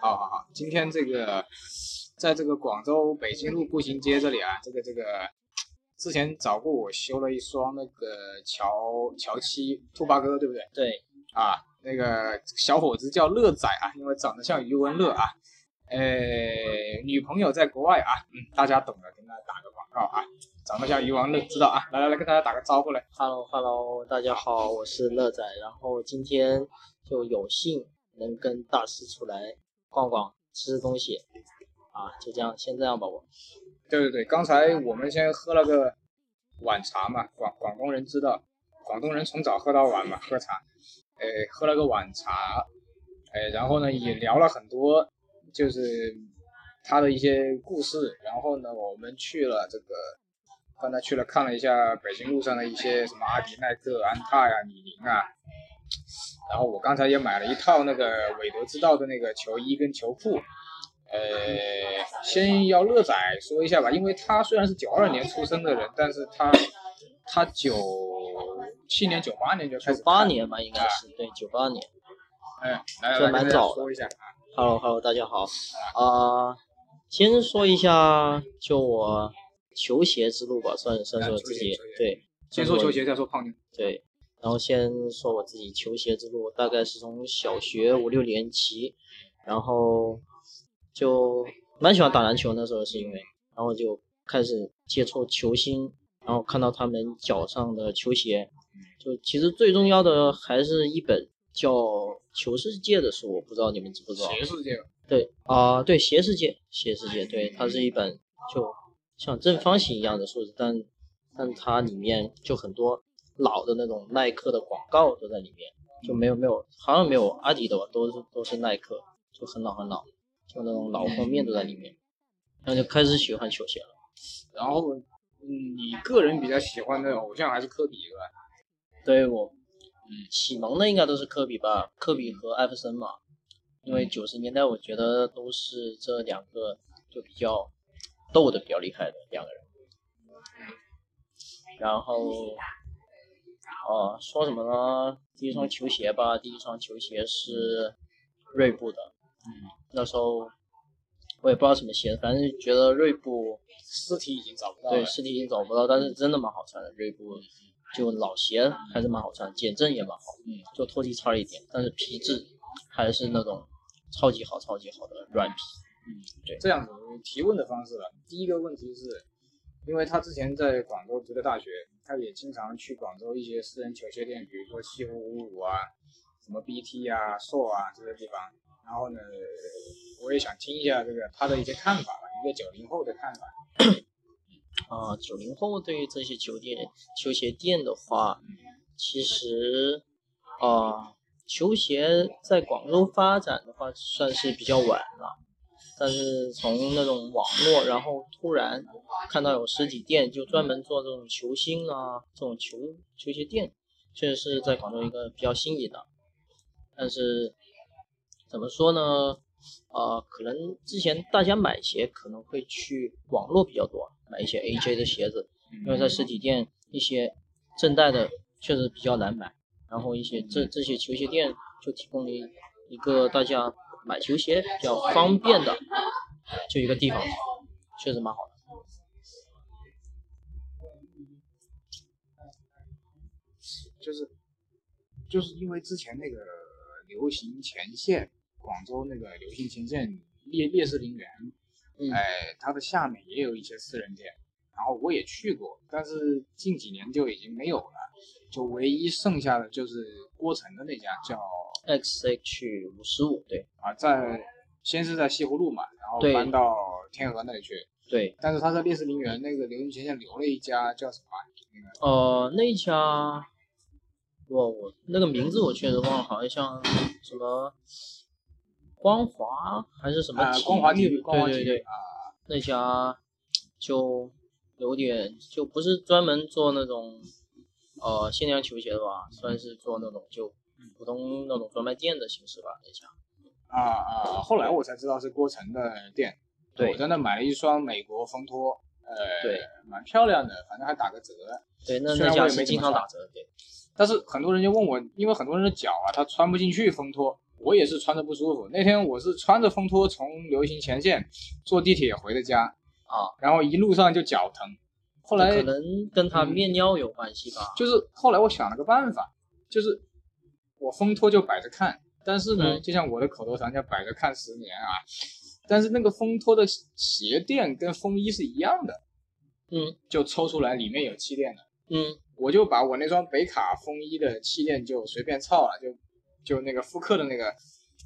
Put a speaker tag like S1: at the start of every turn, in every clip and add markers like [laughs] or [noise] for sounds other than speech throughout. S1: 好好好，今天这个在这个广州北京路步行街这里啊，这个这个之前找过我修了一双那个乔乔七兔八哥，对不对？
S2: 对，
S1: 啊，那个小伙子叫乐仔啊，因为长得像余文乐啊。呃，女朋友在国外啊，嗯，大家懂的，跟大家打个广告啊，长得像余文乐，知道啊？来来来，跟大家打个招呼来。
S2: Hello Hello，大家好，我是乐仔，然后今天就有幸能跟大师出来逛逛，吃吃东西，啊，就这样，先这样吧，我
S1: 对对对，刚才我们先喝了个晚茶嘛，广广东人知道，广东人从早喝到晚嘛，喝茶，呃，喝了个晚茶，呃，然后呢也聊了很多，就是他的一些故事，然后呢我们去了这个，刚才去了看了一下北京路上的一些什么阿迪、耐克、安踏呀、李宁啊，然后我刚才也买了一套那个韦德之道的那个球衣跟球裤，呃，先要乐仔说一下吧，因为他虽然是九二年出生的人，但是他他九七年、九八年就开始
S2: 九八
S1: 看，
S2: 年吧，应该是对，九八年。
S1: 哎，来
S2: 这
S1: 来，
S2: 蛮
S1: 来
S2: 早的
S1: 说一下啊，
S2: Hello Hello，大家好，啊、先说一下就我球鞋之路吧，算算是我自己
S1: 啊球鞋球鞋
S2: 对
S1: 先说球鞋，再说胖妞。
S2: 对，然后先说我自己球鞋之路，大概是从小学五六年级，然后就蛮喜欢打篮球，那时候是因为，然后就开始接触球星，然后看到他们脚上的球鞋，就其实最重要的还是一本叫《球世界》的书，我不知道你们知不知道。
S1: 鞋世界
S2: 对啊、对斜世界，斜世界，对，它是一本就像正方形一样的数字，但但它里面就很多老的那种耐克的广告都在里面，就没有没有好像没有阿迪的吧，都是都是耐克，就很老很老，就那种老封面都在里面，然后就开始喜欢球鞋了。
S1: 然后，嗯，你个人比较喜欢的偶像还是科比对吧？
S2: 对我嗯启蒙的应该都是科比吧，科比和艾弗森嘛，因为九十年代我觉得都是这两个就比较斗的比较厉害的两个人。然后，哦、说什么呢？第一双球鞋吧，第一双球鞋是锐步的，
S1: 嗯，
S2: 那时候我也不知道什么鞋，反正就觉得锐步
S1: 尸体已经找不到了
S2: 对，。实体已经找不
S1: 嗯
S2: 到，但是真的蛮好穿的。锐步就老鞋还是蛮好穿，减震也蛮好，
S1: 嗯，
S2: 就拖地差了一点，但是皮质还是那种超级好、超级好的软皮。
S1: 嗯这样子我提问的方式了。第一个问题是，因为他之前在广州读的大学，他也经常去广州一些私人球鞋店，比如说西湖五五啊、什么 BT 啊、硕啊这些地方。然后呢，我也想听一下这个他的一些看法吧，一个九零后的看法。
S2: 啊，九零后对于这些球店、球鞋店的话，其实啊，球鞋在广州发展的话算是比较晚了。但是从那种网络，然后突然看到有实体店，就专门做这种球星啊，这种球球鞋店，确实是在广州一个比较新颖的。但是怎么说呢？呃，可能之前大家买鞋可能会去网络比较多，买一些 AJ 的鞋子，
S1: 嗯
S2: 因为在实体店一些正代的确实比较难买，然后一些这这些球鞋店就提供了一一个大家买球鞋比较方便的就一个地方，确实蛮好的。
S1: 就是就是因为之前那个流行前线，广州那个流行前线烈烈士陵园，
S2: 嗯
S1: 哎，它的下面也有一些私人店，然后我也去过，但是近几年就已经没有了，就唯一剩下的就是郭城的那家叫
S2: XH 五十五，对
S1: 啊，在先是在西湖路嘛，然后
S2: 对
S1: 搬到天河那里去，
S2: 对，
S1: 但是他在烈士陵园那个流行前线留了一家叫什么啊？那个
S2: 呃，那家，我我那个名字我确实忘了，好像像什么光华还是什么
S1: 啊
S2: 体育，
S1: 光华体育，光华体
S2: 对对
S1: 育
S2: 对，
S1: 啊，
S2: 那家就有点就不是专门做那种呃限量球鞋的吧，算是做那种就普通那种专卖店的形式吧，那家。
S1: 啊啊！后来我才知道是郭晨的店，
S2: 对
S1: 我在那买了一双美国风拖，呃，
S2: 对，
S1: 蛮漂亮的，反正还打个折。
S2: 对，那
S1: 虽然
S2: 那
S1: 我也没
S2: 家是
S1: 怎
S2: 经
S1: 么
S2: 常
S1: 穿
S2: 打折，对。
S1: 但是很多人就问我，因为很多人的脚啊，他穿不进去风拖，我也是穿着不舒服。那天我是穿着风拖从流行前线坐地铁回的家，
S2: 啊，
S1: 然后一路上就脚疼。后来嗯
S2: 可能跟他面料有关系吧。
S1: 就是后来我想了个办法，就是我风拖就摆着看，但是呢，
S2: 嗯
S1: 就像我的口头禅叫“摆着看十年”啊，但是那个风拖的鞋垫跟风衣是一样的，
S2: 嗯
S1: 就抽出来里面有气垫的，
S2: 嗯
S1: 我就把我那双北卡风衣的气垫就随便操了，就就那个复刻的那个，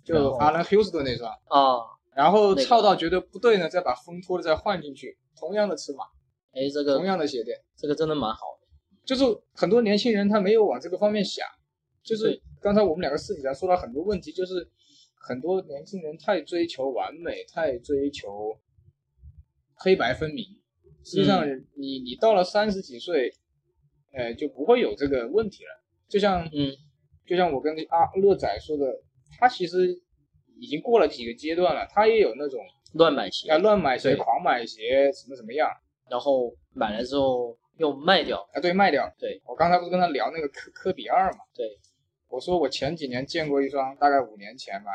S1: 就
S2: 然后
S1: Alan Houston 那双，
S2: 啊，
S1: 然后
S2: 那个
S1: 操到觉得不对呢，再把风拖的再换进去，同样的尺码，
S2: 哎，这
S1: 同
S2: 个
S1: 样的鞋垫。
S2: 这个真的蛮好的。
S1: 就是很多年轻人他没有往这个方面想，就是
S2: 对
S1: 刚才我们两个私底下说到很多问题，就是很多年轻人太追求完美，太追求黑白分明。实际上
S2: 嗯
S1: 你，你到了三十几岁，呃，就不会有这个问题了。就像
S2: 嗯
S1: 就像我跟阿乐仔说的，他其实已经过了几个阶段了，他也有那种
S2: 乱买鞋
S1: 要，乱买鞋、
S2: 对
S1: 狂买鞋，什么什么样。
S2: 然后买了之后又卖掉。
S1: 啊，对，卖掉。
S2: 对，
S1: 我刚才不是跟他聊那个科科比二嘛？
S2: 对，
S1: 我说我前几年见过一双，大概五年前吧，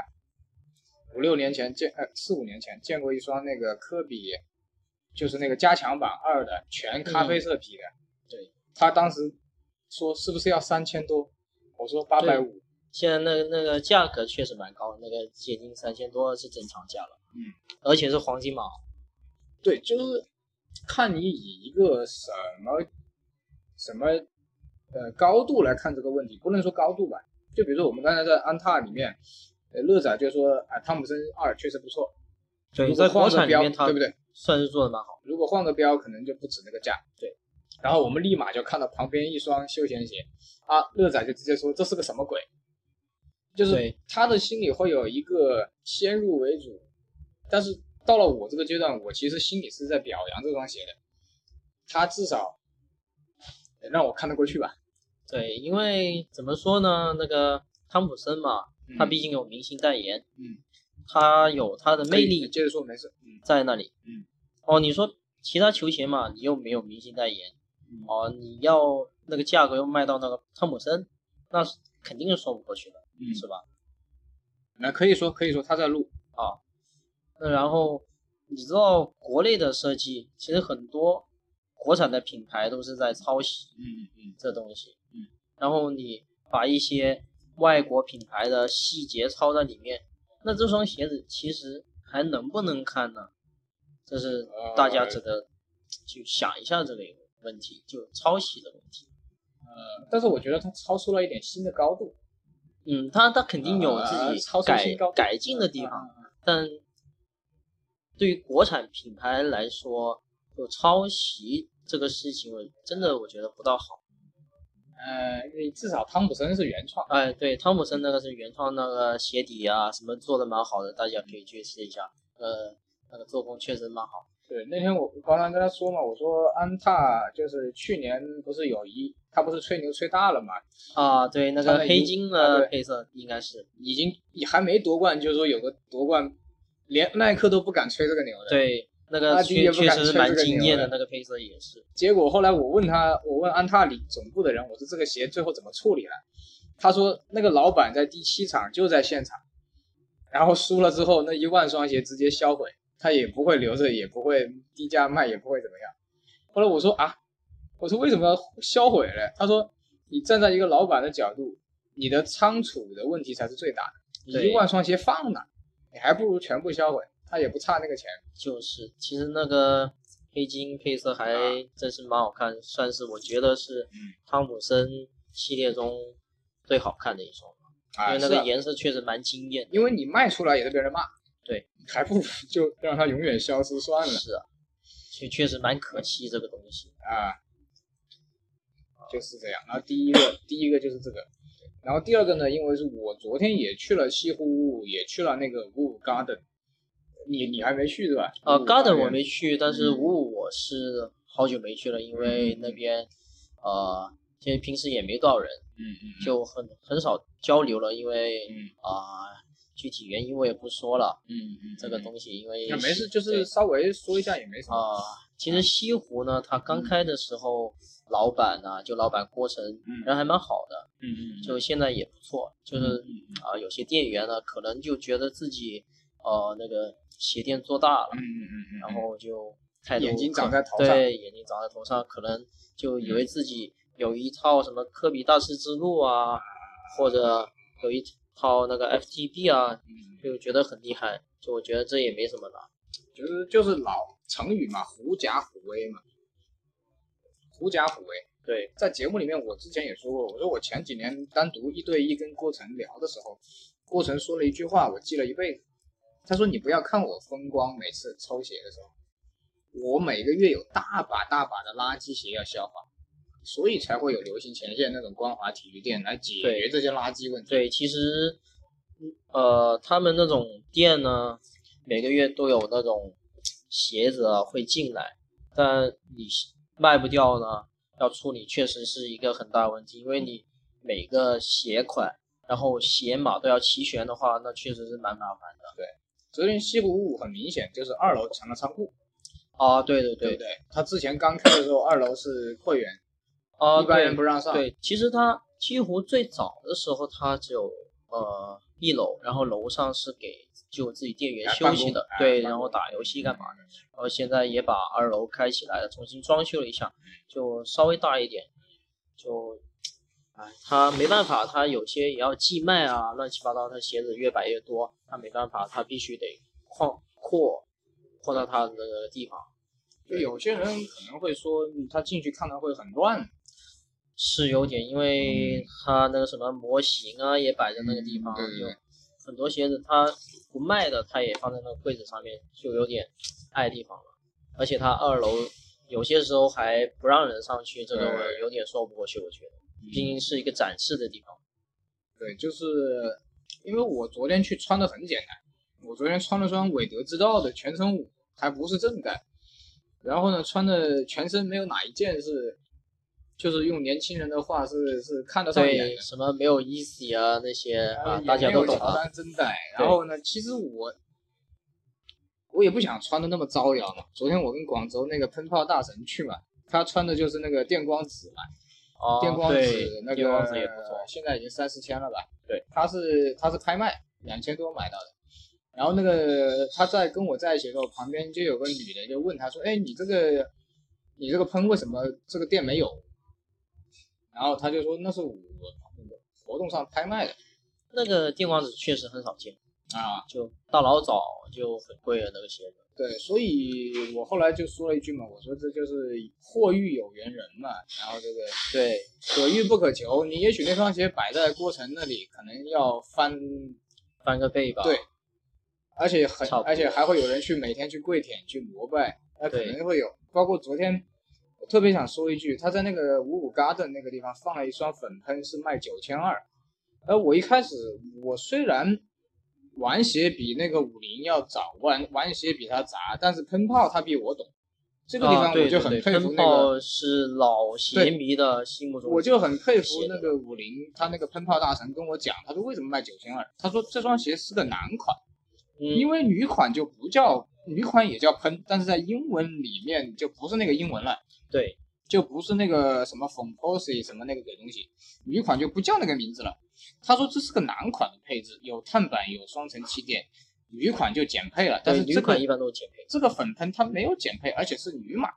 S1: 五六年前见，呃，四五年前见过一双那个科比，就是那个加强版二的，全咖啡色皮的。
S2: 嗯对，
S1: 他当时说是不是要三千多？我说八百五。
S2: 现在那个那个价格确实蛮高，那个接近三千多是正常价了。
S1: 嗯，
S2: 而且是黄金码。
S1: 对，就是看你以一个什么什么呃高度来看这个问题，不能说高度吧，就比如说我们刚才在安踏里面，呃，乐仔就说啊，汤普森二确实不错，
S2: 对，
S1: 如
S2: 在
S1: 果
S2: 广
S1: 换
S2: 场
S1: 个
S2: 里
S1: 标，
S2: 面它
S1: 对不对？
S2: 算是做的蛮好。
S1: 如果换个标，可能就不止那个价。
S2: 对，
S1: 然后我们立马就看到旁边一双休闲鞋，啊，乐仔就直接说这是个什么鬼，就是
S2: 对
S1: 他的心里会有一个先入为主，但是到了我这个阶段，我其实心里是在表扬这双鞋的，他至少哎让我看得过去吧。
S2: 对，因为怎么说呢，那个汤普森嘛，
S1: 嗯
S2: 他毕竟有明星代言，
S1: 嗯，
S2: 他有他的魅
S1: 可以
S2: 力
S1: 接着说没事，嗯
S2: 在那里。
S1: 嗯，
S2: 哦，你说其他球鞋嘛，你又没有明星代言，
S1: 嗯
S2: 哦，你要那个价格又卖到那个汤普森，那是肯定是说不过去的，
S1: 嗯，
S2: 是吧？
S1: 那可以说可以说他在录，
S2: 啊，那然后你知道国内的设计，其实很多国产的品牌都是在抄袭，
S1: 嗯嗯
S2: 这东西，
S1: 嗯，
S2: 然后你把一些外国品牌的细节抄在里面，那这双鞋子其实还能不能看呢？这是大家值得去想一下这个问题，就抄袭的问题。
S1: 嗯，但是我觉得他超出了一点新的高度，
S2: 嗯，他他肯定有自
S1: 呃
S2: 己
S1: 超出
S2: 改
S1: 新高度嗯
S2: 改进的地方，但对于国产品牌来说，就抄袭这个事情，我真的我觉得不大好。
S1: 呃，因为至少汤普森是原创。
S2: 哎，对，汤姆森那个是原创那个鞋底啊，什么做的蛮好的，大家可以去试一下。呃，那个做工确实蛮好。
S1: 对，那天我我刚才跟他说嘛，我说安踏就是去年不是有一，他不是吹牛吹大了嘛，
S2: 啊，对，那
S1: 它
S2: 个
S1: 那已
S2: 黑
S1: 经
S2: 金
S1: 啊
S2: 的
S1: 对
S2: 配色应该是
S1: 已经也还没夺冠，就是说有个夺冠，连耐克都不敢吹这个牛的。，
S2: 对，那个
S1: 阿迪
S2: 确
S1: 也不
S2: 确
S1: 敢
S2: 实是
S1: 吹
S2: 蛮
S1: 这个
S2: 惊
S1: 牛
S2: 艳
S1: 了
S2: 的，那个配色也是。
S1: 结果后来我问他，我问安踏里总部的人，我说这个鞋最后怎么处理了？他说那个老板在第七场就在现场，然后输了之后那一万双鞋直接销毁，他也不会留着，也不会低价卖，也不会怎么样。后来我说啊，我说为什么要销毁呢？他说你站在一个老板的角度，你的仓储的问题才是最大的，
S2: 对
S1: 一万双鞋放哪，你还不如全部销毁，他也不差那个钱。
S2: 就是，其实那个黑金配色还
S1: 啊
S2: 真是蛮好看，算是我觉得是汤姆森系列中最好看的一双，因
S1: 啊，
S2: 为那
S1: 是啊
S2: 个颜色确实蛮惊艳的。
S1: 因为你卖出来也是被人骂，
S2: 对，
S1: 还不如 [laughs] 就让它永远消失算了
S2: 是啊，确确实蛮可惜这个东西。
S1: 啊，就是这样。然后第一个，第一个就是这个，然后第二个呢，因为是我昨天也去了西湖，也去了那个五五 garden，你你还没去对吧？
S2: 呃
S1: 55
S2: ，Garden 我
S1: Garden
S2: 没去，但是
S1: 嗯
S2: 五五我是好久没去了，因为那边呃，其实平时也没多少人，
S1: 嗯嗯
S2: 就很很少交流了，因为
S1: 嗯
S2: 啊、具体原因我也不说了，
S1: 嗯嗯，
S2: 这个东西因为
S1: 那没事，
S2: 西
S1: 就是
S2: 对
S1: 稍微说一下也没什么。
S2: 啊、其实啊西湖呢，它刚开的时候，老板呢、就老板郭晨
S1: 嗯
S2: 人还蛮好的，
S1: 嗯
S2: 就现在也不错，就是
S1: 嗯
S2: 啊、有些店员呢可能就觉得自己呃那个鞋店做大了
S1: 嗯，嗯嗯，
S2: 然后就态度
S1: 眼睛
S2: 可
S1: 长在头上嗯
S2: 对，眼睛长在头上，可能就以为自己有一套什么科比大师之路啊，或者有一套那个 FTB 啊，就觉得很厉害，就我觉得这也没什么的。
S1: 就是就是老成语嘛，狐假虎威嘛，狐假虎威。
S2: 对，
S1: 在节目里面，我之前也说过，我说我前几年单独一对一跟郭晨聊的时候，郭晨说了一句话，我记了一辈子。他说：“你不要看我风光，每次抽血的时候，我每个月有大把大把的垃圾鞋要消化，所以才会有流行前线那种光华体育店来解决
S2: 对
S1: 这些垃圾问题。
S2: 对，其实，呃，他们那种店呢，每个月都有那种鞋子啊会进来，但你卖不掉呢，要处理确实是一个很大问题，因为你每个鞋款，然后鞋码都要齐全的话，那确实是蛮麻烦的。
S1: 昨天西谷五五很明显就是二楼成了仓库，
S2: 啊，对对
S1: 对不
S2: 对，
S1: 对？他之前刚开的时候，二楼是会员，
S2: 啊，
S1: 一般人
S2: 对
S1: 不让上。
S2: 对，其实它西湖最早的时候，它只有呃一楼，然后楼上是给就自己店员
S1: 哎
S2: 休
S1: 办
S2: 息
S1: 公
S2: 的
S1: 哎，
S2: 对，
S1: 办
S2: 然后
S1: 公嗯
S2: 打游戏干嘛的。然后现在也把二楼开起来了，重新装修了一下，就稍微大一点，就。哎，他没办法，他有些也要寄卖啊，乱七八糟，他鞋子越摆越多，他没办法，他必须得扩扩扩到他的那个地方。
S1: 就有些人可能会说，嗯他进去看到会很乱，
S2: 是有点，因为它那个什么模型啊也摆在那个地方，
S1: 嗯对对
S2: 有
S1: 对
S2: 很多鞋子它不卖的，它也放在那个柜子上面，就有点碍地方了。而且它二楼有些时候还不让人上去，这个
S1: 对
S2: 我有点说不过去，我觉得，
S1: 嗯
S2: 毕竟是一个展示的地方。
S1: 对，就是因为我昨天去穿的很简单，我昨天穿了双韦德之道的全身舞，还不是正代，然后呢穿的全身没有哪一件是，就是用年轻人的话是是看得上眼的。
S2: 对，
S1: 嗯
S2: 什么没有 easy 啊那些啊，
S1: 也
S2: 大家
S1: 没
S2: 都
S1: 有
S2: 懂
S1: 乔
S2: 啊。
S1: 丹真带，
S2: 对
S1: 然后呢，其实我我也不想穿的那么招摇嘛。昨天我跟广州那个喷炮大神去嘛，他穿的就是那个电光紫嘛，
S2: 哦，
S1: 电光
S2: 对
S1: 子，那个嗯
S2: 电光子也不错。
S1: 现在已经三四千了吧？
S2: 对，
S1: 它是它是拍卖两千多买到的。然后那个他在跟我在一起的时候，旁边就有个女的就问他说：“哎，你这个你这个喷为什么这个店没有？”然后他就说：“那是我活动上拍卖的
S2: 那个电光子确实很少见，
S1: 啊。
S2: 就大老早就很贵了那个鞋子。”
S1: 对，所以我后来就说了一句嘛，我说这就是货遇有缘人嘛，然后这个
S2: 对，
S1: 可遇不可求，你也许那双鞋摆在郭晨那里，可能要翻
S2: 翻个倍吧。
S1: 对而且很
S2: 差不，多
S1: 而且还会有人去每天去跪舔、去膜拜，那可
S2: 对
S1: 能会有。包括昨天，我特别想说一句，他在那个五五 garden 那个地方放了一双粉喷，是卖九千二。而我一开始，我虽然玩鞋比那个五零要早，玩玩鞋比他杂，但是喷炮他比我懂，这个地
S2: 啊
S1: 方
S2: 对
S1: 我就
S2: 对
S1: 很
S2: 对
S1: 佩服
S2: 喷
S1: 那个，
S2: 炮是老鞋
S1: 对
S2: 迷的心目中，
S1: 我就很佩服那个五零，他那个喷炮大神跟我讲，他说为什么卖九千二？他说这双鞋是个男款。
S2: 嗯
S1: 因为女款就不叫女款也叫喷，但是在英文里面就不是那个英文了，
S2: 对
S1: 就不是那个什么 f o m p o s y 什么那个鬼东西，女款就不叫那个名字了。他说这是个男款的配置，有碳板，有双层气垫，女款就减配了，但
S2: 对
S1: 是
S2: 女
S1: 这
S2: 款
S1: 个
S2: 一般都是减配，
S1: 这个粉喷它没有减配，而且是女码，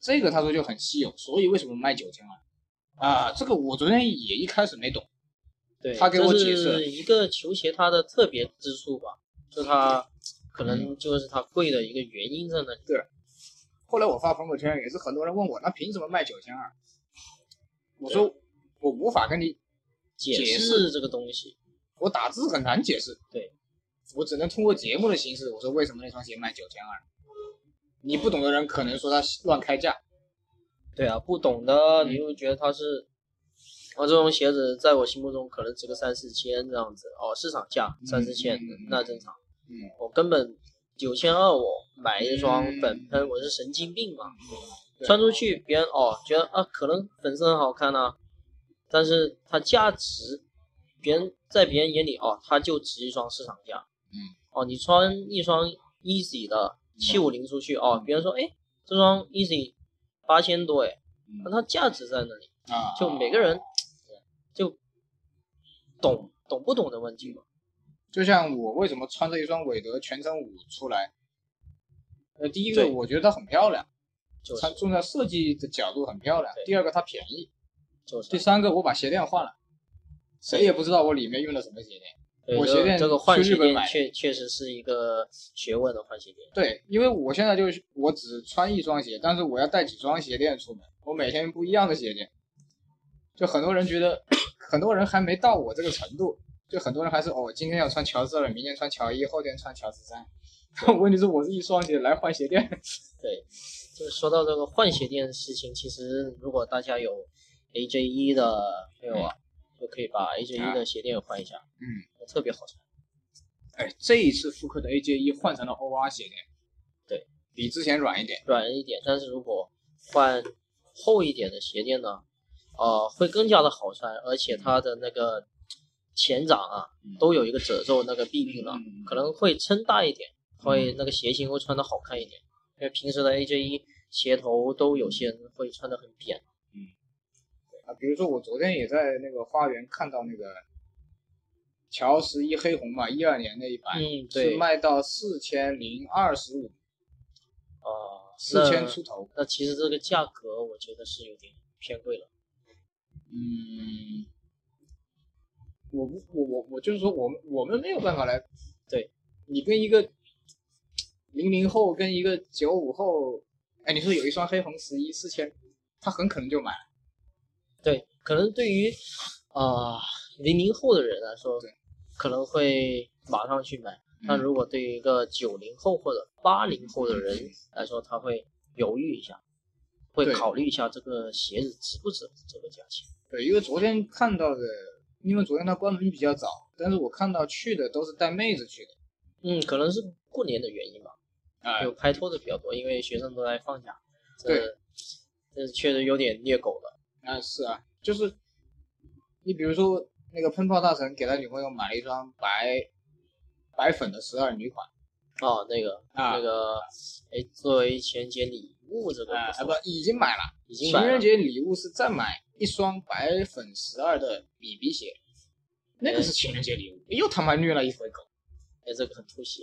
S1: 这个他说就很稀有，所以为什么卖九千万？啊，这个我昨天也一开始没懂，
S2: 对，
S1: 他给我
S2: 这
S1: 解释了
S2: 是一个球鞋它的特别之处吧，就它可
S1: 嗯
S2: 能就是它贵的一个原因在那里。
S1: 后来我发朋友圈，也是很多人问我，那凭什么卖九千二？我说我无法跟你，
S2: 解
S1: 解
S2: 释这个东西，
S1: 我打字很难解释，
S2: 对
S1: 我只能通过节目的形式，我说为什么那双鞋卖九千二？你不懂的人可能说他乱开价，
S2: 对啊，不懂的
S1: 嗯
S2: 你又觉得它是。啊，这种鞋子在我心目中可能值个三四千这样子哦，市场价三四千、
S1: 嗯嗯嗯
S2: 那正常。
S1: 嗯，
S2: 我根本九千二，我买一双
S1: 嗯
S2: 粉喷，我是神经病嘛？
S1: 对
S2: 嗯穿出去别人哦觉得啊，可能粉色很好看呐、但是它价值，别人在别人眼里哦，它就值一双市场价。
S1: 嗯。
S2: 哦，你穿一双 Easy 的七五零出去
S1: 嗯
S2: 哦，别人说哎，这双 Easy 八千多哎，那它价值在那里，
S1: 嗯啊，
S2: 就每个人就懂懂不懂的问题嘛。
S1: 就像我为什么穿着一双韦德全程五出来，呃，第一个
S2: 对
S1: 我觉得它很漂亮，
S2: 就是
S1: 它从它设计的角度很漂亮
S2: 对；
S1: 第二个它便宜；
S2: 就是
S1: 第三个我把鞋垫换了，谁也不知道我里面用了什么鞋垫。
S2: 对
S1: 我
S2: 这
S1: 鞋
S2: 个
S1: 垫
S2: 这个换
S1: 去
S2: 鞋
S1: 日本
S2: 垫
S1: 买
S2: 确确实是一个学问的换鞋垫。
S1: 对，因为我现在就是我只穿一双鞋，但是我要带几双鞋垫出门，我每天不一样的鞋垫。就很多人觉得，很多人还没到我这个程度，就很多人还是哦，今天要穿乔十二，明天穿乔一，后天穿乔十三。 [laughs] 问题是我是一双鞋来换鞋垫，
S2: 对，就是说到这个换鞋垫的事情，其实如果大家有 AJ 一的朋友啊，就可以把 AJ 一的鞋垫换一下，
S1: 嗯，
S2: 特别好穿。
S1: 哎，这一次复刻的 AJ 一换成了 OR 鞋垫，
S2: 对，
S1: 比之前软一点，
S2: 软一点，但是如果换厚一点的鞋垫呢，呃，会更加的好穿，而且它的那个前掌啊
S1: 嗯
S2: 都有一个褶皱那个弊病了，
S1: 嗯
S2: 可能会撑大一点，会那个鞋型会穿的好看一点，因为平时的 AJ 一鞋头都有些人会穿的很扁，
S1: 啊，比如说我昨天也在那个花园看到那个乔十一黑红嘛，一二年那一版，
S2: 嗯，
S1: 是
S2: 对，
S1: 卖到四千零二十五，
S2: 呃，
S1: 四千
S2: 那
S1: 出头。
S2: 那其实这个价格我觉得是有点偏贵了。
S1: 嗯，我不，我我我就是说，我们我们没有办法来，
S2: 对
S1: 你跟一个零零后跟一个九五后，哎，你说有一双黑红十一四千，他很可能就买了。
S2: 对，可能对于啊零零后的人来说
S1: 对，
S2: 可能会马上去买。但
S1: 嗯
S2: 如果对于一个九零后或者八零后的人来说，他会犹豫一下，会
S1: 嗯对
S2: 考虑一下这个鞋子值不值这个价钱。
S1: 对，因为昨天看到的，因为昨天他关门比较早，但是我看到去的都是带妹子去的。
S2: 嗯，可能是过年的原因吧，
S1: 啊
S2: 有拍拖的比较多，因为学生都在放假。这
S1: 对，
S2: 这确实有点虐狗了。
S1: 啊，是啊，就是你比如说那个喷泡大神给他女朋友买了一双白白粉的十二女款
S2: 哦，那个、
S1: 啊
S2: 那个，哎，作为情人节礼物这个
S1: 啊，啊
S2: 不
S1: 不
S2: 错，
S1: 已经买了，
S2: 已经
S1: 情
S2: 买了
S1: 人。节礼物是再买一双白粉十二的 BB 鞋，那个是情人节礼物，又他妈虐了一回狗，
S2: 哎，这个很吐血，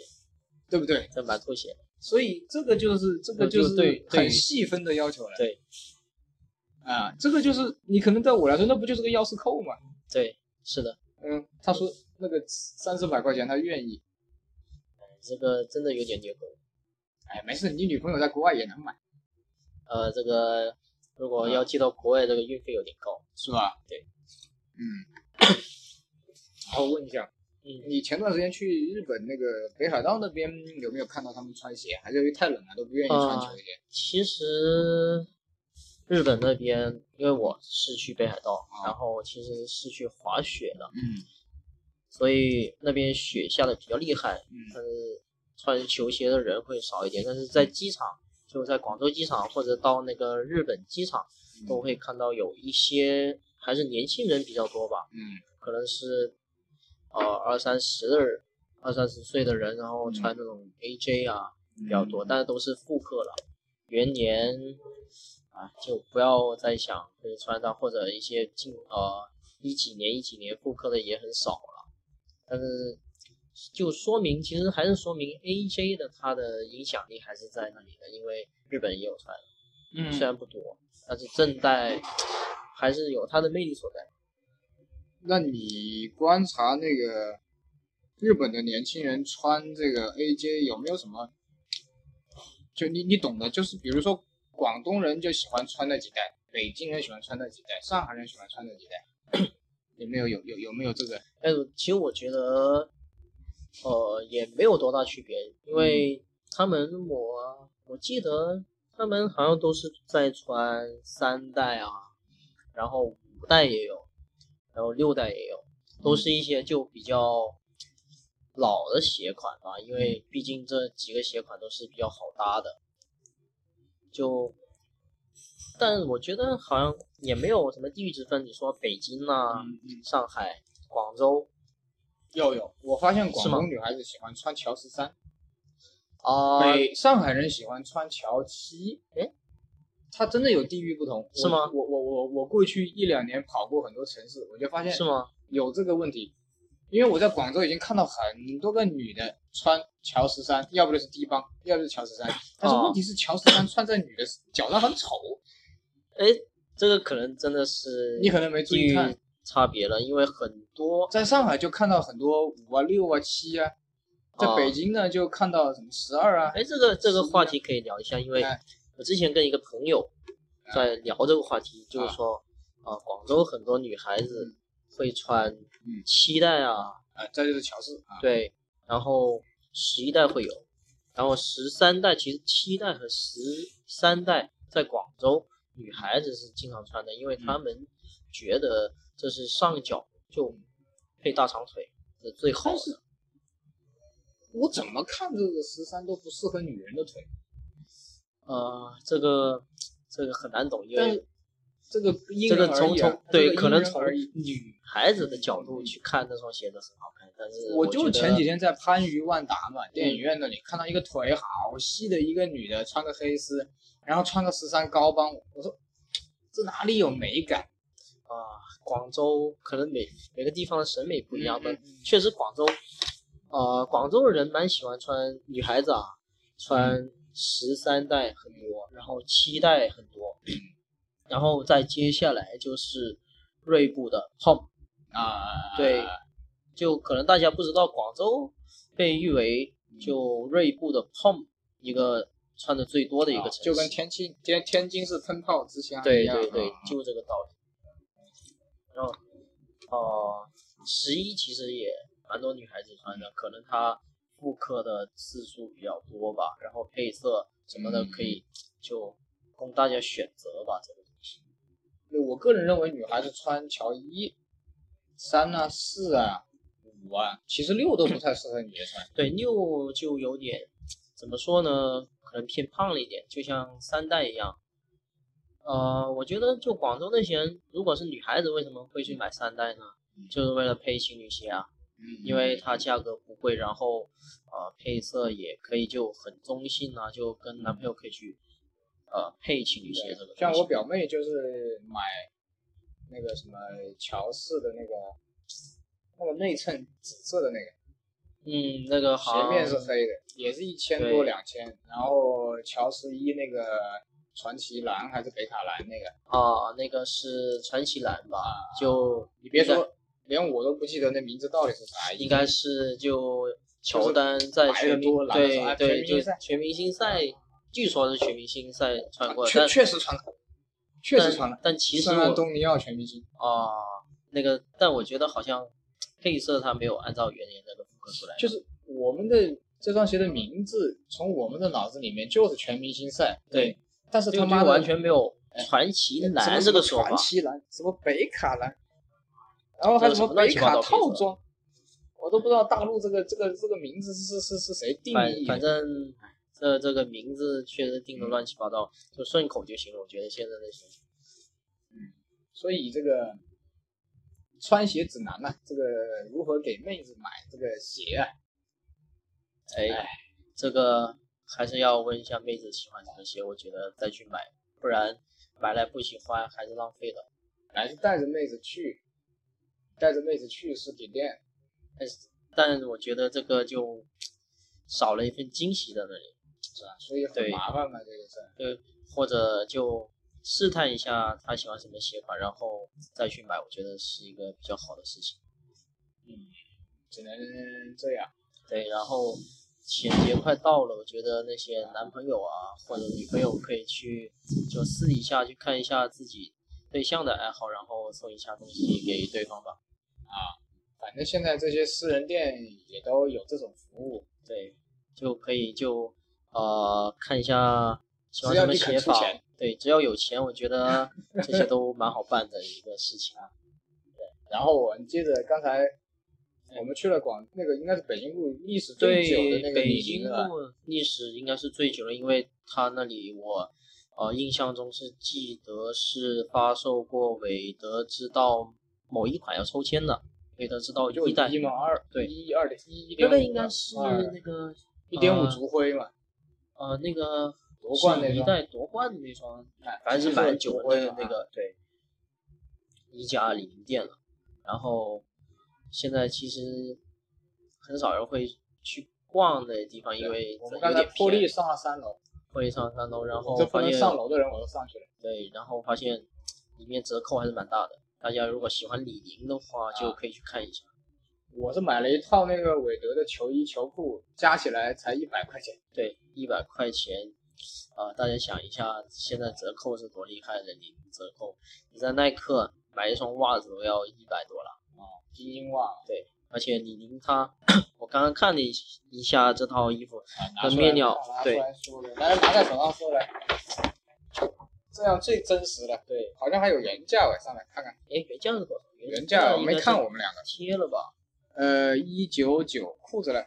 S1: 对不对？
S2: 这蛮吐血的。
S1: 所以这个就是这个
S2: 那就是对对于
S1: 很细分的要求了，
S2: 对
S1: 啊，这个就是你可能对我来说，那不就是个钥匙扣吗？
S2: 对，是的，
S1: 嗯，他说那个三四百块钱他愿意，
S2: 这个真的有点虐狗。
S1: 哎，没事，你女朋友在国外也能买，
S2: 呃，这个如果要寄到国外，这个运费有点高。
S1: 是吧？
S2: 对，
S1: 嗯。然后问一下，
S2: 嗯，
S1: 你前段时间去日本那个北海道那边有没有看到他们穿鞋？还是因为太冷了都不愿意
S2: 啊
S1: 穿球鞋？
S2: 其实日本那边，因为我是去北海道，
S1: 啊
S2: 然后其实是去滑雪的，
S1: 嗯
S2: 所以那边雪下的比较厉害，
S1: 嗯
S2: 但是穿球鞋的人会少一点。但是在机场，就在广州机场或者到那个日本机场，
S1: 嗯
S2: 都会看到有一些还是年轻人比较多吧，
S1: 嗯
S2: 可能是呃二三十的人二三十岁的人，然后穿那种 AJ 啊
S1: 嗯
S2: 比较多，但是都是复刻了。元年啊，就不要再想会穿上或者一些近呃一几年一几年复刻的也很少了，但是就说明其实还是说明 AJ 的它的影响力还是在那里的，因为日本也有穿，
S1: 嗯
S2: 虽然不多，但是正在还是有它的魅力所在。
S1: 那你观察那个日本的年轻人穿这个 AJ 有没有什么？就你你懂的，就是比如说广东人就喜欢穿那几代，北京人喜欢穿那几代，上海人喜欢穿那几代， [coughs] 有没有有有有没有这个？
S2: 哎，其实我觉得，呃，也没有多大区别，因为他们我我记得他们好像都是在穿三代啊，然后五代也有，然后六代也有，都是一些就比较老的鞋款吧，因为毕竟这几个鞋款都是比较好搭的，就。但我觉得好像也没有什么地域之分，你说北京啊呐、
S1: 嗯，
S2: 上海、广州
S1: 有有，我发现广
S2: 是吗
S1: 东女孩子喜欢穿乔十三，呃
S2: 啊，
S1: 哦北上海人喜欢穿乔七，
S2: 诶，
S1: 它真的有地域不同，
S2: 是吗
S1: 我我我我过去一两年跑过很多城市，我就发现
S2: 是吗？
S1: 有这个问题，因为我在广州已经看到很多个女的穿乔十三，要不就是低帮，要不就是乔十
S2: [laughs]
S1: 三，但是
S2: 哦
S1: 问题是乔十三 [laughs] 穿在女的脚上很丑，
S2: 哎，这个可能真的是
S1: 你可能没注
S2: 地
S1: 意
S2: 域
S1: 看，
S2: 差别了，因为很多
S1: 在上海就看到很多五啊六啊七啊，在
S2: 哦
S1: 北京呢就看到什么十二啊，
S2: 哎，这个这个
S1: 是
S2: 话
S1: 的
S2: 题可以聊一下，因为
S1: 哎
S2: 我之前跟一个朋友在聊这个话题，就
S1: 啊
S2: 是说，啊，广州很多女孩子会穿
S1: 嗯
S2: 七代啊，
S1: 啊，这就是乔四啊，
S2: 对，然后十一代会有，然后十三代其实七代和十三代在广州女孩子是经常穿的，因为
S1: 嗯
S2: 她们觉得这是上脚就配大长腿是最好
S1: 但
S2: 的。
S1: 是我怎么看这个十三都不适合女人的腿，
S2: 呃，这个这个很难懂，因
S1: 但
S2: 为
S1: 是。这个因
S2: 这个
S1: 人而
S2: 从
S1: 异啊
S2: 从
S1: 这
S2: 对，
S1: 个
S2: 可
S1: 因
S2: 能
S1: 人
S2: 从
S1: 而异嗯
S2: 女孩子的角度去看那双鞋子很好看，但是
S1: 我嗯
S2: 觉
S1: 就
S2: 得
S1: 前几天在番禺万达嘛，电影院那里看到一个腿好细的一个女的，穿个黑丝，然后穿个十三高帮，我说这哪里有美感？
S2: 啊、广州可能每每个地方的审美不一样的，
S1: 嗯嗯嗯
S2: 确实广州，呃，广州人蛮喜欢穿女孩子啊，穿
S1: 嗯
S2: 十三代很多，然后七代很多，然后再接下来就是锐步的 Pom，
S1: 啊、
S2: 对，就可能大家不知道，广州被誉为
S1: 嗯
S2: 就锐步的 Pom 一个穿的最多的一个城市，
S1: 啊就跟天津天天津是喷炮之乡一
S2: 对
S1: 样，
S2: 对对
S1: 啊，
S2: 就这个道理。然后，哦、十一其实也蛮多女孩子穿的，可能她复刻的次数比较多吧，然后配色什么的
S1: 嗯
S2: 可以就供大家选择吧。这个
S1: 我个人认为女孩子穿乔一、三啊、四啊、五啊，其实六都不太适合女的穿。
S2: 对六就有点怎么说呢？可能偏胖了一点，就像三代一样。呃，我觉得就广州那些人，如果是女孩子，为什么会去买三代呢？就是为了配情侣鞋啊。
S1: 嗯
S2: 因为它价格不贵，然后呃配色也可以就很中性啊，就跟男朋友可以去呃配情侣鞋这个东西。
S1: 像我表妹就是买那个什么乔四的那个那个内衬紫色的那个，
S2: 嗯那个好
S1: 鞋
S2: 像
S1: 面是黑的，也是一千多
S2: 对
S1: 两千。然后乔十一那个传奇蓝还是北卡蓝那个，
S2: 啊、那个是传奇蓝吧？就
S1: 你别
S2: 应
S1: 说，连我都不记得那名字到底是啥
S2: 该
S1: 意思。
S2: 应该是就乔丹在
S1: 白得
S2: 全明
S1: 多蓝得少
S2: 对
S1: 哎
S2: 对
S1: 全明星
S2: 就
S1: 赛啊
S2: 全明星赛，据说是全明星赛穿过，
S1: 确
S2: 但
S1: 确实穿了，确实
S2: 但
S1: 穿了。
S2: 但其实
S1: 圣安
S2: 我
S1: 东尼奥全明星，
S2: 啊、那个，但我觉得好像配色它没有按照原研那个复刻出来，
S1: 就是我们的这双鞋的名字，从我们的脑子里面就是全明星赛。
S2: 对，
S1: 但是
S2: 这
S1: 他
S2: 个
S1: 妈
S2: 就
S1: 的
S2: 完全没有传奇
S1: 什么
S2: 男
S1: 什
S2: 这
S1: 么
S2: 个说法
S1: 传。奇蓝，什么北卡蓝，然后还有什么北卡套
S2: 啊
S1: 装，我都不知道大陆这个这个这个名字是是是谁定
S2: 反
S1: 义
S2: 反
S1: 的。
S2: 正哎这这个名字确实定的乱七八糟，就顺口就行了。我觉得现在的形势
S1: 所以这个穿鞋指南呐、这个如何给妹子买这个鞋啊？
S2: 哎，这个还是要问一下妹子喜欢什么鞋，我觉得再去买，不然买来不喜欢还是浪费的。
S1: 还是带着妹子去，带着妹子去实体店，
S2: 但是但我觉得这个就少了一份惊喜在那里，
S1: 是吧？所以很
S2: 对
S1: 麻烦嘛，这个事儿。
S2: 就或者就试探一下她喜欢什么鞋款，然后再去买，我觉得是一个比较好的事情。
S1: 嗯只能这样。
S2: 对，然后情人节快到了，我觉得那些男朋友啊或者女朋友可以去就私底下去看一下自己对象的爱好，然后送一下东西给对方吧。
S1: 啊反正现在这些私人店也都有这种服务，
S2: 对，就可以就呃看一下喜欢
S1: 只要
S2: 什么
S1: 你肯
S2: 写
S1: 出
S2: 法
S1: 钱。
S2: 对，只要有钱，我觉得这些都蛮好办的一个事情啊。
S1: 然后我们接着刚才我们去了广那个应该是北京路历史最久的
S2: 对
S1: 那，个
S2: 北
S1: 李
S2: 京
S1: 宁啊，
S2: 路历史应该是最久的，因为它那里我呃印象中是记得是发售过韦德之道某一款要抽签的，韦德之道
S1: 就
S2: 一代
S1: 一毛二
S2: 对
S1: 一二点一一点
S2: 那
S1: 五
S2: 个
S1: 啊
S2: 应该是那个
S1: 一点五烛灰嘛，
S2: 呃那个
S1: 夺冠那
S2: 呃
S1: 哎
S2: 是一
S1: 个，
S2: 代夺冠的那双，反正是蛮久的
S1: 啊
S2: 那个对，一加零店了。然后现在其实很少人会去逛那地方，因为
S1: 我
S2: 有
S1: 们刚才
S2: 点
S1: 破例
S2: 偏，
S1: 上了三楼，
S2: 会上山楼，然后
S1: 这不
S2: 发
S1: 能
S2: 现
S1: 上楼的人我都上去了。
S2: 对，然后发现里面折扣还是蛮大的。大家如果喜欢李宁的话，
S1: 啊
S2: 就可以去看一下。
S1: 我是买了一套那个韦德的球衣球裤，加起来才一百块钱。
S2: 对，一百块钱，啊、大家想一下，现在折扣是多厉害的？你折扣，你在耐克买一双袜子都要一百多了，
S1: 精啊英袜
S2: 而且李宁它，我刚刚看了一一下这套衣服，
S1: 啊，拿
S2: 跟
S1: 出来
S2: 灭鸟
S1: 看拿出
S2: 对
S1: 来说的，拿拿在手上说来，这样最真实了。
S2: 对，
S1: 好像还有原价，我上来看看。
S2: 哎，原价是多少？
S1: 原价我
S2: 应
S1: 没
S2: 该是
S1: 看我们两个，
S2: 贴了吧？
S1: 呃，一九九裤子嘞，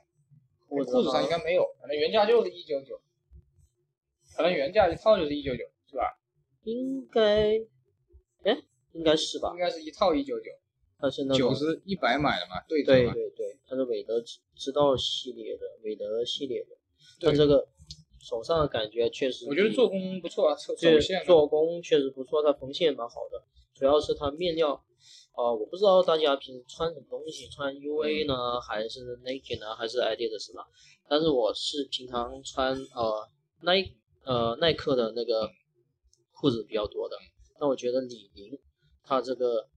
S2: 裤子
S1: 裤子上应该没有，可能原价就是一九九，可能原价一套就是一九九，是吧？
S2: 应该，哎，应该是吧
S1: 应？该是一套一九九，
S2: 它是那
S1: 九
S2: 种
S1: 是一百买的嘛，对折
S2: 对
S1: 嘛。
S2: 对对，它是韦德之之道系列的，韦德系列的，
S1: 对
S2: 但这个手上的感觉确实，
S1: 我觉得做工不错啊，手手
S2: 对
S1: 线的
S2: 做工确实不错，它缝线蛮好的，主要是它面料，啊、我不知道大家平时穿什么东西，穿
S1: 嗯
S2: UA 呢，还是 Nike 呢，还是 Adidas 呢？但是我是平常穿呃耐呃耐克的那个裤子比较多的，但我觉得李宁它这个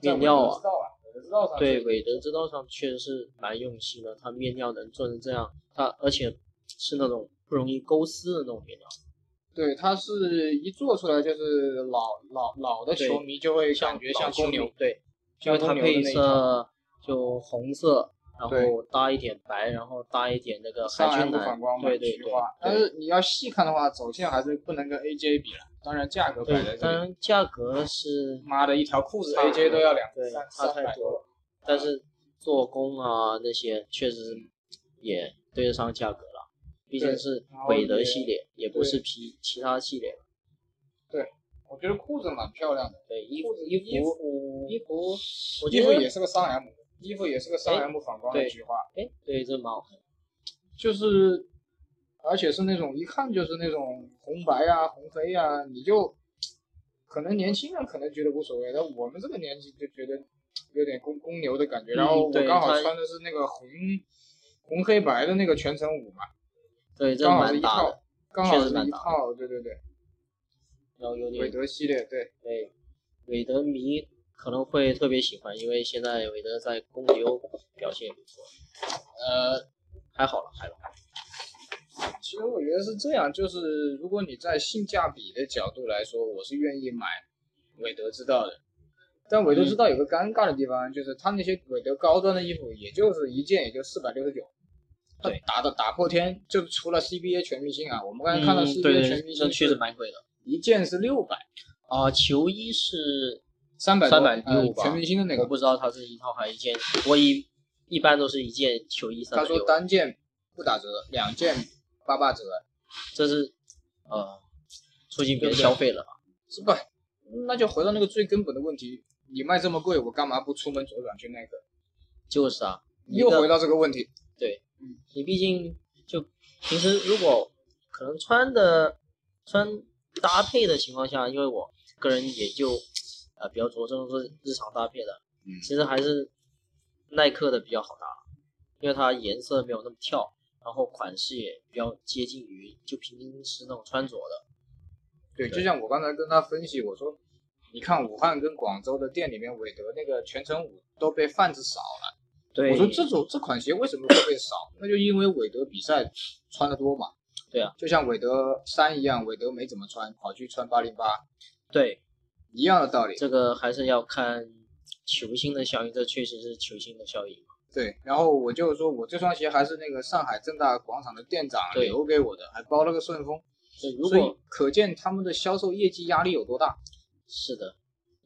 S2: 面料啊
S1: 我知，道啊，我知道上
S2: 对
S1: 去
S2: 韦德之道上确实是蛮用心的，它面料能做成这样，它而且是那种不容易勾丝的那种面料，
S1: 对，它是一做出来就是老老老的
S2: 对
S1: 球迷就会感
S2: 像
S1: 觉像
S2: 公
S1: 公牛，，
S2: 对，因
S1: 像
S2: 为它
S1: 公牛的
S2: 配
S1: 那一套。
S2: 色就红色，然后
S1: 对
S2: 搭一点白，然后搭一点那个
S1: 上
S2: 海
S1: 岸
S2: 军
S1: 不
S2: 蓝，
S1: 反光嘛，
S2: 对对
S1: 菊花。但
S2: 对
S1: 是你要细看的话，走线还是不能跟 AJ 比了。当然价格摆
S2: 对
S1: 在
S2: 对，
S1: 这
S2: 当
S1: 里，
S2: 然价格是
S1: [laughs] 妈的一条裤子
S2: 差
S1: AJ 都要两
S2: 对
S1: 三
S2: 差
S1: 三
S2: 太
S1: 百
S2: 多
S1: 了。
S2: 但是做工啊那些确实也对得上价格了，毕竟
S1: 对
S2: 是
S1: 然后
S2: 韦德
S1: 也
S2: 系列，也不是
S1: 对
S2: 其其他系列。
S1: 我觉得裤子蛮漂亮的，
S2: 对，衣
S1: 裤
S2: 服
S1: 子
S2: 衣
S1: 衣
S2: 服
S1: 服
S2: 衣服，我
S1: 衣
S2: 觉
S1: 服
S2: 得
S1: 也是个上 M，衣服也是个上
S2: 哎
S1: M 反光的
S2: 对
S1: 菊花，
S2: 哎，对，这蛮好看的。
S1: 就是而且是那种一看就是那种红白啊、红黑啊，你就可能年轻人可能觉得无所谓，但我们这个年纪就觉得有点公公牛的感觉。
S2: 嗯
S1: 然后我
S2: 对
S1: 刚好
S2: 它
S1: 穿的是那个红红黑白的那个全程舞嘛。
S2: 对，这
S1: 刚好是
S2: 蛮
S1: 一
S2: 搭
S1: 套
S2: 的，，
S1: 刚好
S2: 确实
S1: 是
S2: 蛮
S1: 一
S2: 大
S1: 套，对对对，
S2: 然后有
S1: 韦
S2: 点
S1: 德系列，对，
S2: 对韦德迷可能会特别喜欢，因为现在韦德在公牛表现不错，
S1: 呃，
S2: 还好了，还好。
S1: 其实我觉得是这样，就是如果你在性价比的角度来说，我是愿意买韦德之道的，但韦德
S2: 嗯
S1: 之道有个尴尬的地方，就是他那些韦德高端的衣服，也就是一件也就四百六十九。它
S2: 对
S1: 打的打破天，就除了 CBA 全明星啊，我们刚才看到
S2: 嗯，对
S1: CBA
S2: 对
S1: 全
S2: 对
S1: 明，
S2: 这
S1: 星
S2: 确实蛮贵的。
S1: 一件是六百，
S2: 啊，球衣是
S1: 三百呃
S2: 360吧
S1: 全明星的那
S2: 我
S1: 个，
S2: 不知道它是一套还是一件，我一一般都是一件球衣三
S1: 他
S2: 百
S1: 说
S2: 六，
S1: 单件不打折，两件八八折，
S2: 这是呃促进别
S1: 对
S2: 人
S1: 不对
S2: 消费了吧？
S1: 是吧？那就回到那个最根本的问题，你卖这么贵，我干嘛不出门左转去耐克？
S2: 就是啊，一
S1: 又
S2: 个
S1: 回到这个问题，
S2: 你毕竟就平时如果可能穿的穿搭配的情况下，因为我个人也就呃比较着重是日常搭配的，
S1: 嗯
S2: 其实还是耐克的比较好搭，因为它颜色没有那么跳，然后款式也比较接近于就平时那种穿着的。
S1: 对，
S2: 对
S1: 就像我刚才跟他分析，我说，你看武汉跟广州的店里面，韦德那个全程五都被贩子少了。
S2: 对
S1: 我说这种这款鞋为什么会被少？那就因为韦德比赛穿的多嘛。
S2: 对啊，
S1: 就像韦德三一样，韦德没怎么穿，跑去穿八零八，
S2: 对
S1: 一样的道理。
S2: 这个还是要看球星的效应，这确实是球星的效应。
S1: 对，然后我就说我这双鞋还是那个上海正大广场的店长
S2: 对
S1: 留给我的，还包了个顺丰。
S2: 所以如
S1: 所
S2: 果
S1: 以可见他们的销售业绩压力有多大。
S2: 是的，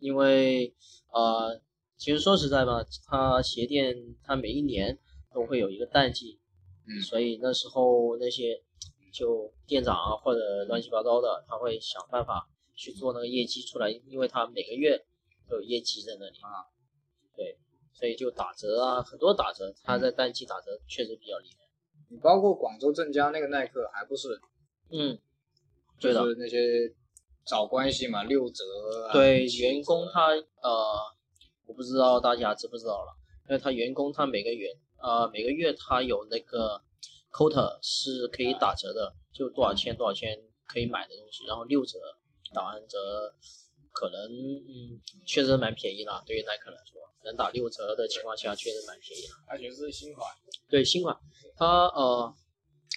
S2: 因为呃，其实说实在吧，它鞋店它每一年都会有一个淡季，
S1: 嗯
S2: 所以那时候那些就店长啊或者乱七八糟的，他会想办法去做那个业绩出来，因为他每个月都有业绩在那里
S1: 啊，
S2: 对，所以就打折啊，很多打折，
S1: 嗯
S2: 他在淡季打折确实比较厉害。
S1: 你包括广州正佳那个耐克，还不是
S2: 嗯，
S1: 就
S2: 对的
S1: 是那些找关系嘛，六折、啊。
S2: 对
S1: 七折
S2: 员工他呃，我不知道大家知不知道了，因为他员工他每个月呃每个月他有那个 quota 是可以打折的，就多少钱多少钱可以买的东西，然后六折打完折，可能嗯确实蛮便宜啦，对于耐克来说，能打六折的情况下确实蛮便宜啦。
S1: 而且啊是新款，
S2: 对新款，它呃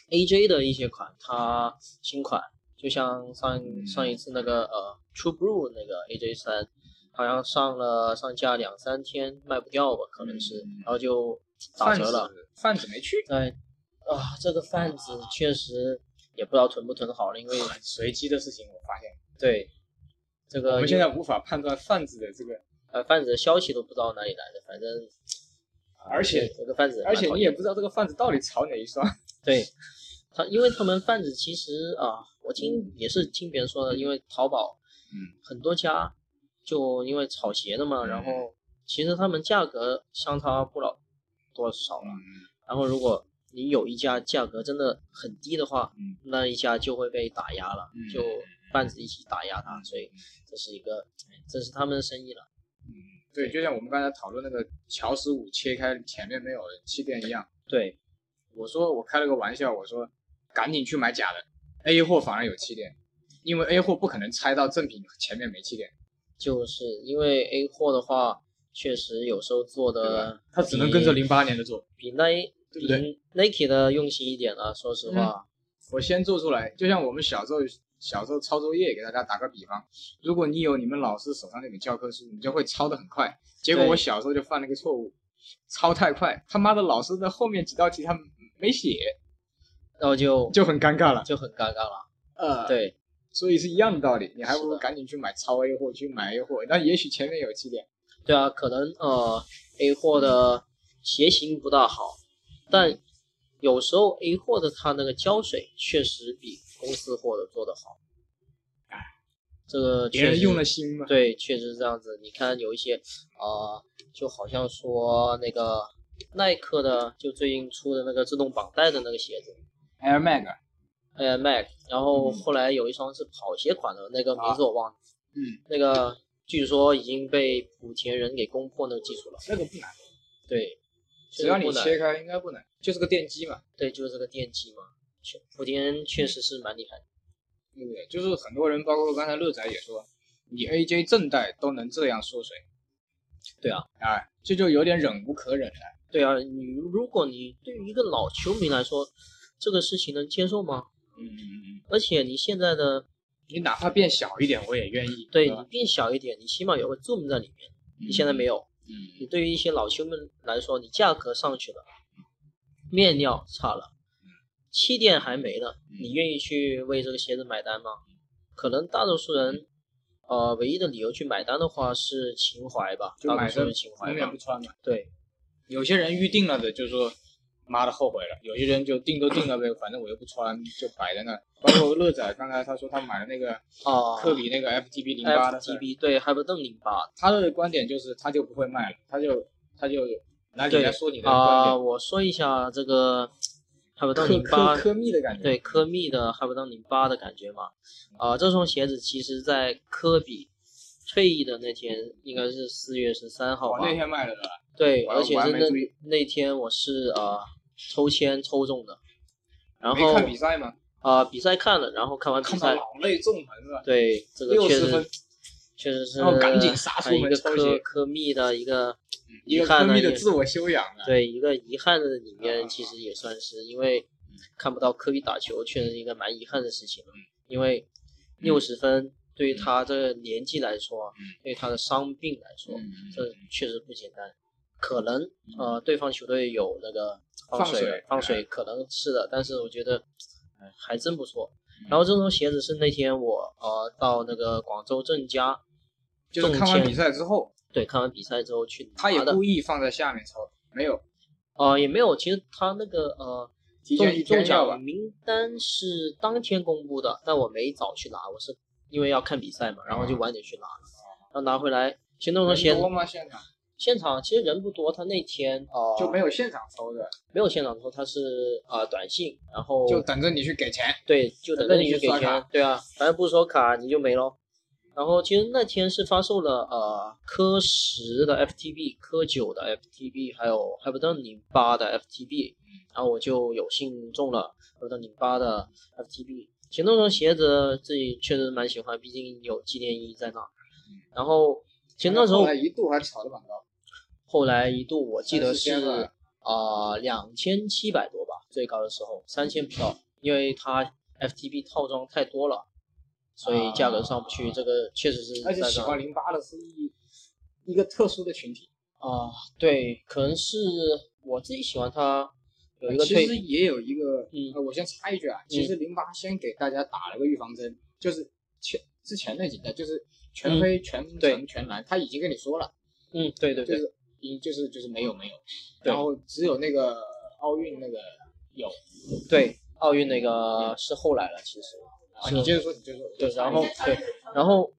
S2: AJ 的一些款，它新款就像上
S1: 嗯
S2: 上一次那个呃 True Blue 那个 AJ 三，好像上了上架两三天卖不掉吧，可能是，
S1: 嗯
S2: 然后就打折了。
S1: 贩子没去，
S2: 对，啊，这个贩子确实也不知道囤不囤好了，因为
S1: 很随机的事情，我发现。
S2: 对这个
S1: 我们
S2: 因
S1: 现
S2: 为
S1: 在无法判断贩子的这个，
S2: 呃贩子的消息都不知道哪里来的，反正
S1: 而且
S2: 这个贩子蛮
S1: 而且
S2: 讨
S1: 你也
S2: 厌的
S1: 不知道这个贩子到底炒哪一双。
S2: 对，他因为他们贩子其实啊，我听也是听别人说的，因为淘宝，
S1: 嗯，
S2: 很多家就因为炒鞋的嘛，然
S1: 嗯
S2: 后其实他们价格相差不了多少
S1: 嗯
S2: 了，然后如果你有一家价格真的很低的话，
S1: 嗯
S2: 那一家就会被打压了，
S1: 嗯
S2: 就贩子一起打压他，所以这是一个，哎这是他们的生意了。
S1: 嗯对，就像我们刚才讨论那个乔十五切开前面没有气垫一样，
S2: 对，
S1: 我说我开了个玩笑，我说赶紧去买假的，A 货反而有气垫，因为 A 货不可能拆到正品前面没气垫，
S2: 就是因为 A 货的话，确实有时候做
S1: 对
S2: 的
S1: 吧，他只能跟着零八年的做。
S2: 比 Nike
S1: 对不对嗯
S2: 比 Nike 的用心一点啊，说实话，
S1: 我先做出来，就像我们小时候小时候抄作业，给大家打个比方，如果你有你们老师手上那本教科书，你就会抄得很快。结果
S2: 对
S1: 我小时候就犯了一个错误，抄太快，他妈的老师的后面几道题他没写，
S2: 然后就
S1: 就很尴尬了。
S2: 就很尴尬了。
S1: 呃，，
S2: 对，
S1: 所以是一样的道理，你还不
S2: 是
S1: 如
S2: 的
S1: 赶紧去买超 A 货，去买 A 货，那也许前面有气垫。
S2: 对啊，可能呃 A 货的鞋型不大好，但有时候 A 货的它那个胶水确实比公司货的做得好。这个
S1: 别
S2: 确
S1: 人
S2: 实
S1: 用了心嘛，
S2: 对，确实是这样子。你看有一些呃，就好像说那个耐克的，就最近出的那个自动绑带的那个鞋子，
S1: ，Air Mag，
S2: Air Max，然后
S1: 嗯
S2: 后来有一双是跑鞋款的，那个名
S1: 啊
S2: 字我忘了，
S1: 嗯，
S2: 那个据说已经被莆田人给攻破那个技术了。
S1: 那个不难，
S2: 对，
S1: 只要你
S2: 确实不难
S1: 切开应该不难，就是个电机嘛，
S2: 对，就是这个电机嘛，确莆田人确实是蛮厉害的。
S1: 对不对？就是很多人，包括刚才乐仔也说，你 AJ 正代都能这样缩水，
S2: 对啊，
S1: 啊，这就有点忍无可忍了。
S2: 对啊，你如果你对于一个老球迷来说，这个事情能接受吗？
S1: 嗯，
S2: 而且你现在的
S1: 你哪怕变小一点，我也愿意。
S2: 对
S1: 吧
S2: 你变小一点，你起码有个 Zoom 在里面，你现在没。有。你
S1: 嗯，
S2: 对于一些老球迷来说，你价格上去了，面料差了，气垫还没呢，你愿意去为这个鞋子买单吗？可能大多数人，呃，唯一的理由去买单的话是情怀吧，
S1: 就
S2: 大
S1: 买
S2: 多数
S1: 着
S2: 人情怀
S1: 嗯永远
S2: 吧
S1: 不。穿嘛。
S2: 对
S1: 有些人预定了的，就说妈的后悔了；有些人就定都定了呗，反正我又不穿，就摆在那。包括乐仔刚才他说他买了那个
S2: 啊，
S1: 科比那个 FTB 零八的
S2: f，t b 对，还不邓零八
S1: 他的观点就是他就不会卖了，他就他就来你
S2: 对
S1: 来说你的观
S2: 啊，
S1: 点。
S2: 我说一下这个还不
S1: 科
S2: 邓零八
S1: 科科密的感觉，
S2: 对科密的哈弗当零八的感觉嘛。啊、这双鞋子其实在科比退役的那天，应该是四月十三号
S1: 我
S2: 吧
S1: 那？天卖了的，
S2: 对，
S1: 我
S2: 而且
S1: 我还
S2: 是
S1: 没
S2: 那
S1: 注意
S2: 那天我是呃抽签抽中的，然
S1: 没
S2: 后
S1: 看比赛吗？
S2: 啊、比赛看了，然后看完比
S1: 看到
S2: 赛，
S1: 老泪纵横是吧？
S2: 对这个确
S1: 60
S2: 实嗯
S1: 分
S2: 确实是
S1: 然后赶紧杀出
S2: 呃一
S1: 门
S2: 个
S1: 抽
S2: 科
S1: 血
S2: 科密的一个
S1: 一
S2: 遗
S1: 个
S2: 憾
S1: 科
S2: 呢
S1: 密的
S2: 也
S1: 自我修养啊。
S2: 对一个遗憾的里
S1: 啊
S2: 面，其实也算是因为
S1: 嗯
S2: 看不到科比打球，确实是一个蛮遗憾的事情。因为六
S1: 嗯
S2: 十分对于他这个年纪来说，啊对于他的伤病来
S1: 嗯
S2: 说，这确实不简单。可能呃，对方球队有那个放
S1: 放水哎
S2: 水，放水可能是的，但是我觉得哎还真不错。
S1: 嗯
S2: 然后这双鞋子是那天我呃到那个广州正佳，
S1: 就是看完比赛之后，
S2: 对看完比赛之后去拿的，
S1: 他也故意放在下面抽，没有
S2: 呃，也没有，其实他那个呃
S1: 提前一
S2: 中
S1: 天
S2: 中
S1: 要吧
S2: 奖名单是当天公布的，但我没早去拿，我是因为要看比赛嘛，然后就晚点去拿了，然后拿回来，其实那双
S1: 嗯
S2: 鞋
S1: 人
S2: 子
S1: 多吗？现场
S2: 现场其实人不多，他那天啊、
S1: 就没有现场抽的，
S2: 没有现场抽，他是啊、短信，然后
S1: 就等着你去给钱。
S2: 对，就等着你去
S1: 嗯等
S2: 给
S1: 着你去刷
S2: 钱，对啊，反正不收卡你就没咯。然后其实那天是发售了呃科十的 FTB、科九的 FTB，还有 a p t o n 零八的 FTB，然后我就有幸中了 a p t o n 零八的 FTB。其实那双鞋子自己确实蛮喜欢，毕竟有纪念意义在那。然后其实那时候
S1: 后来一度还炒得蛮高，
S2: 后来一度我记得是
S1: 3000吧
S2: 啊两千七百多吧，最高的时候三千不到，因为它 FTB 套装太多了，所以价格上不去，
S1: 啊
S2: 这个确实是
S1: 而且
S2: 在
S1: 喜
S2: 那
S1: 欢零八的是一一个特殊的群体。
S2: 啊，对，可能是我自己喜欢它有一个
S1: 啊其
S2: 推
S1: 实也有一个，
S2: 嗯
S1: 呃我先插一句啊，其实零八先给大家打了个预防针，就是前之前那几代就是全黑、全
S2: 嗯对
S1: 橙、全蓝，他已经跟你说了，
S2: 嗯，对对
S1: 就
S2: 对，
S1: 是一就是就是没有没有，
S2: 对
S1: 然后只有那个奥运那个有
S2: 对奥运那个是后来了，其实
S1: 啊，
S2: 是
S1: 你接着说，你接着说，嗯
S2: 对，然后对，然
S3: 然后
S2: 后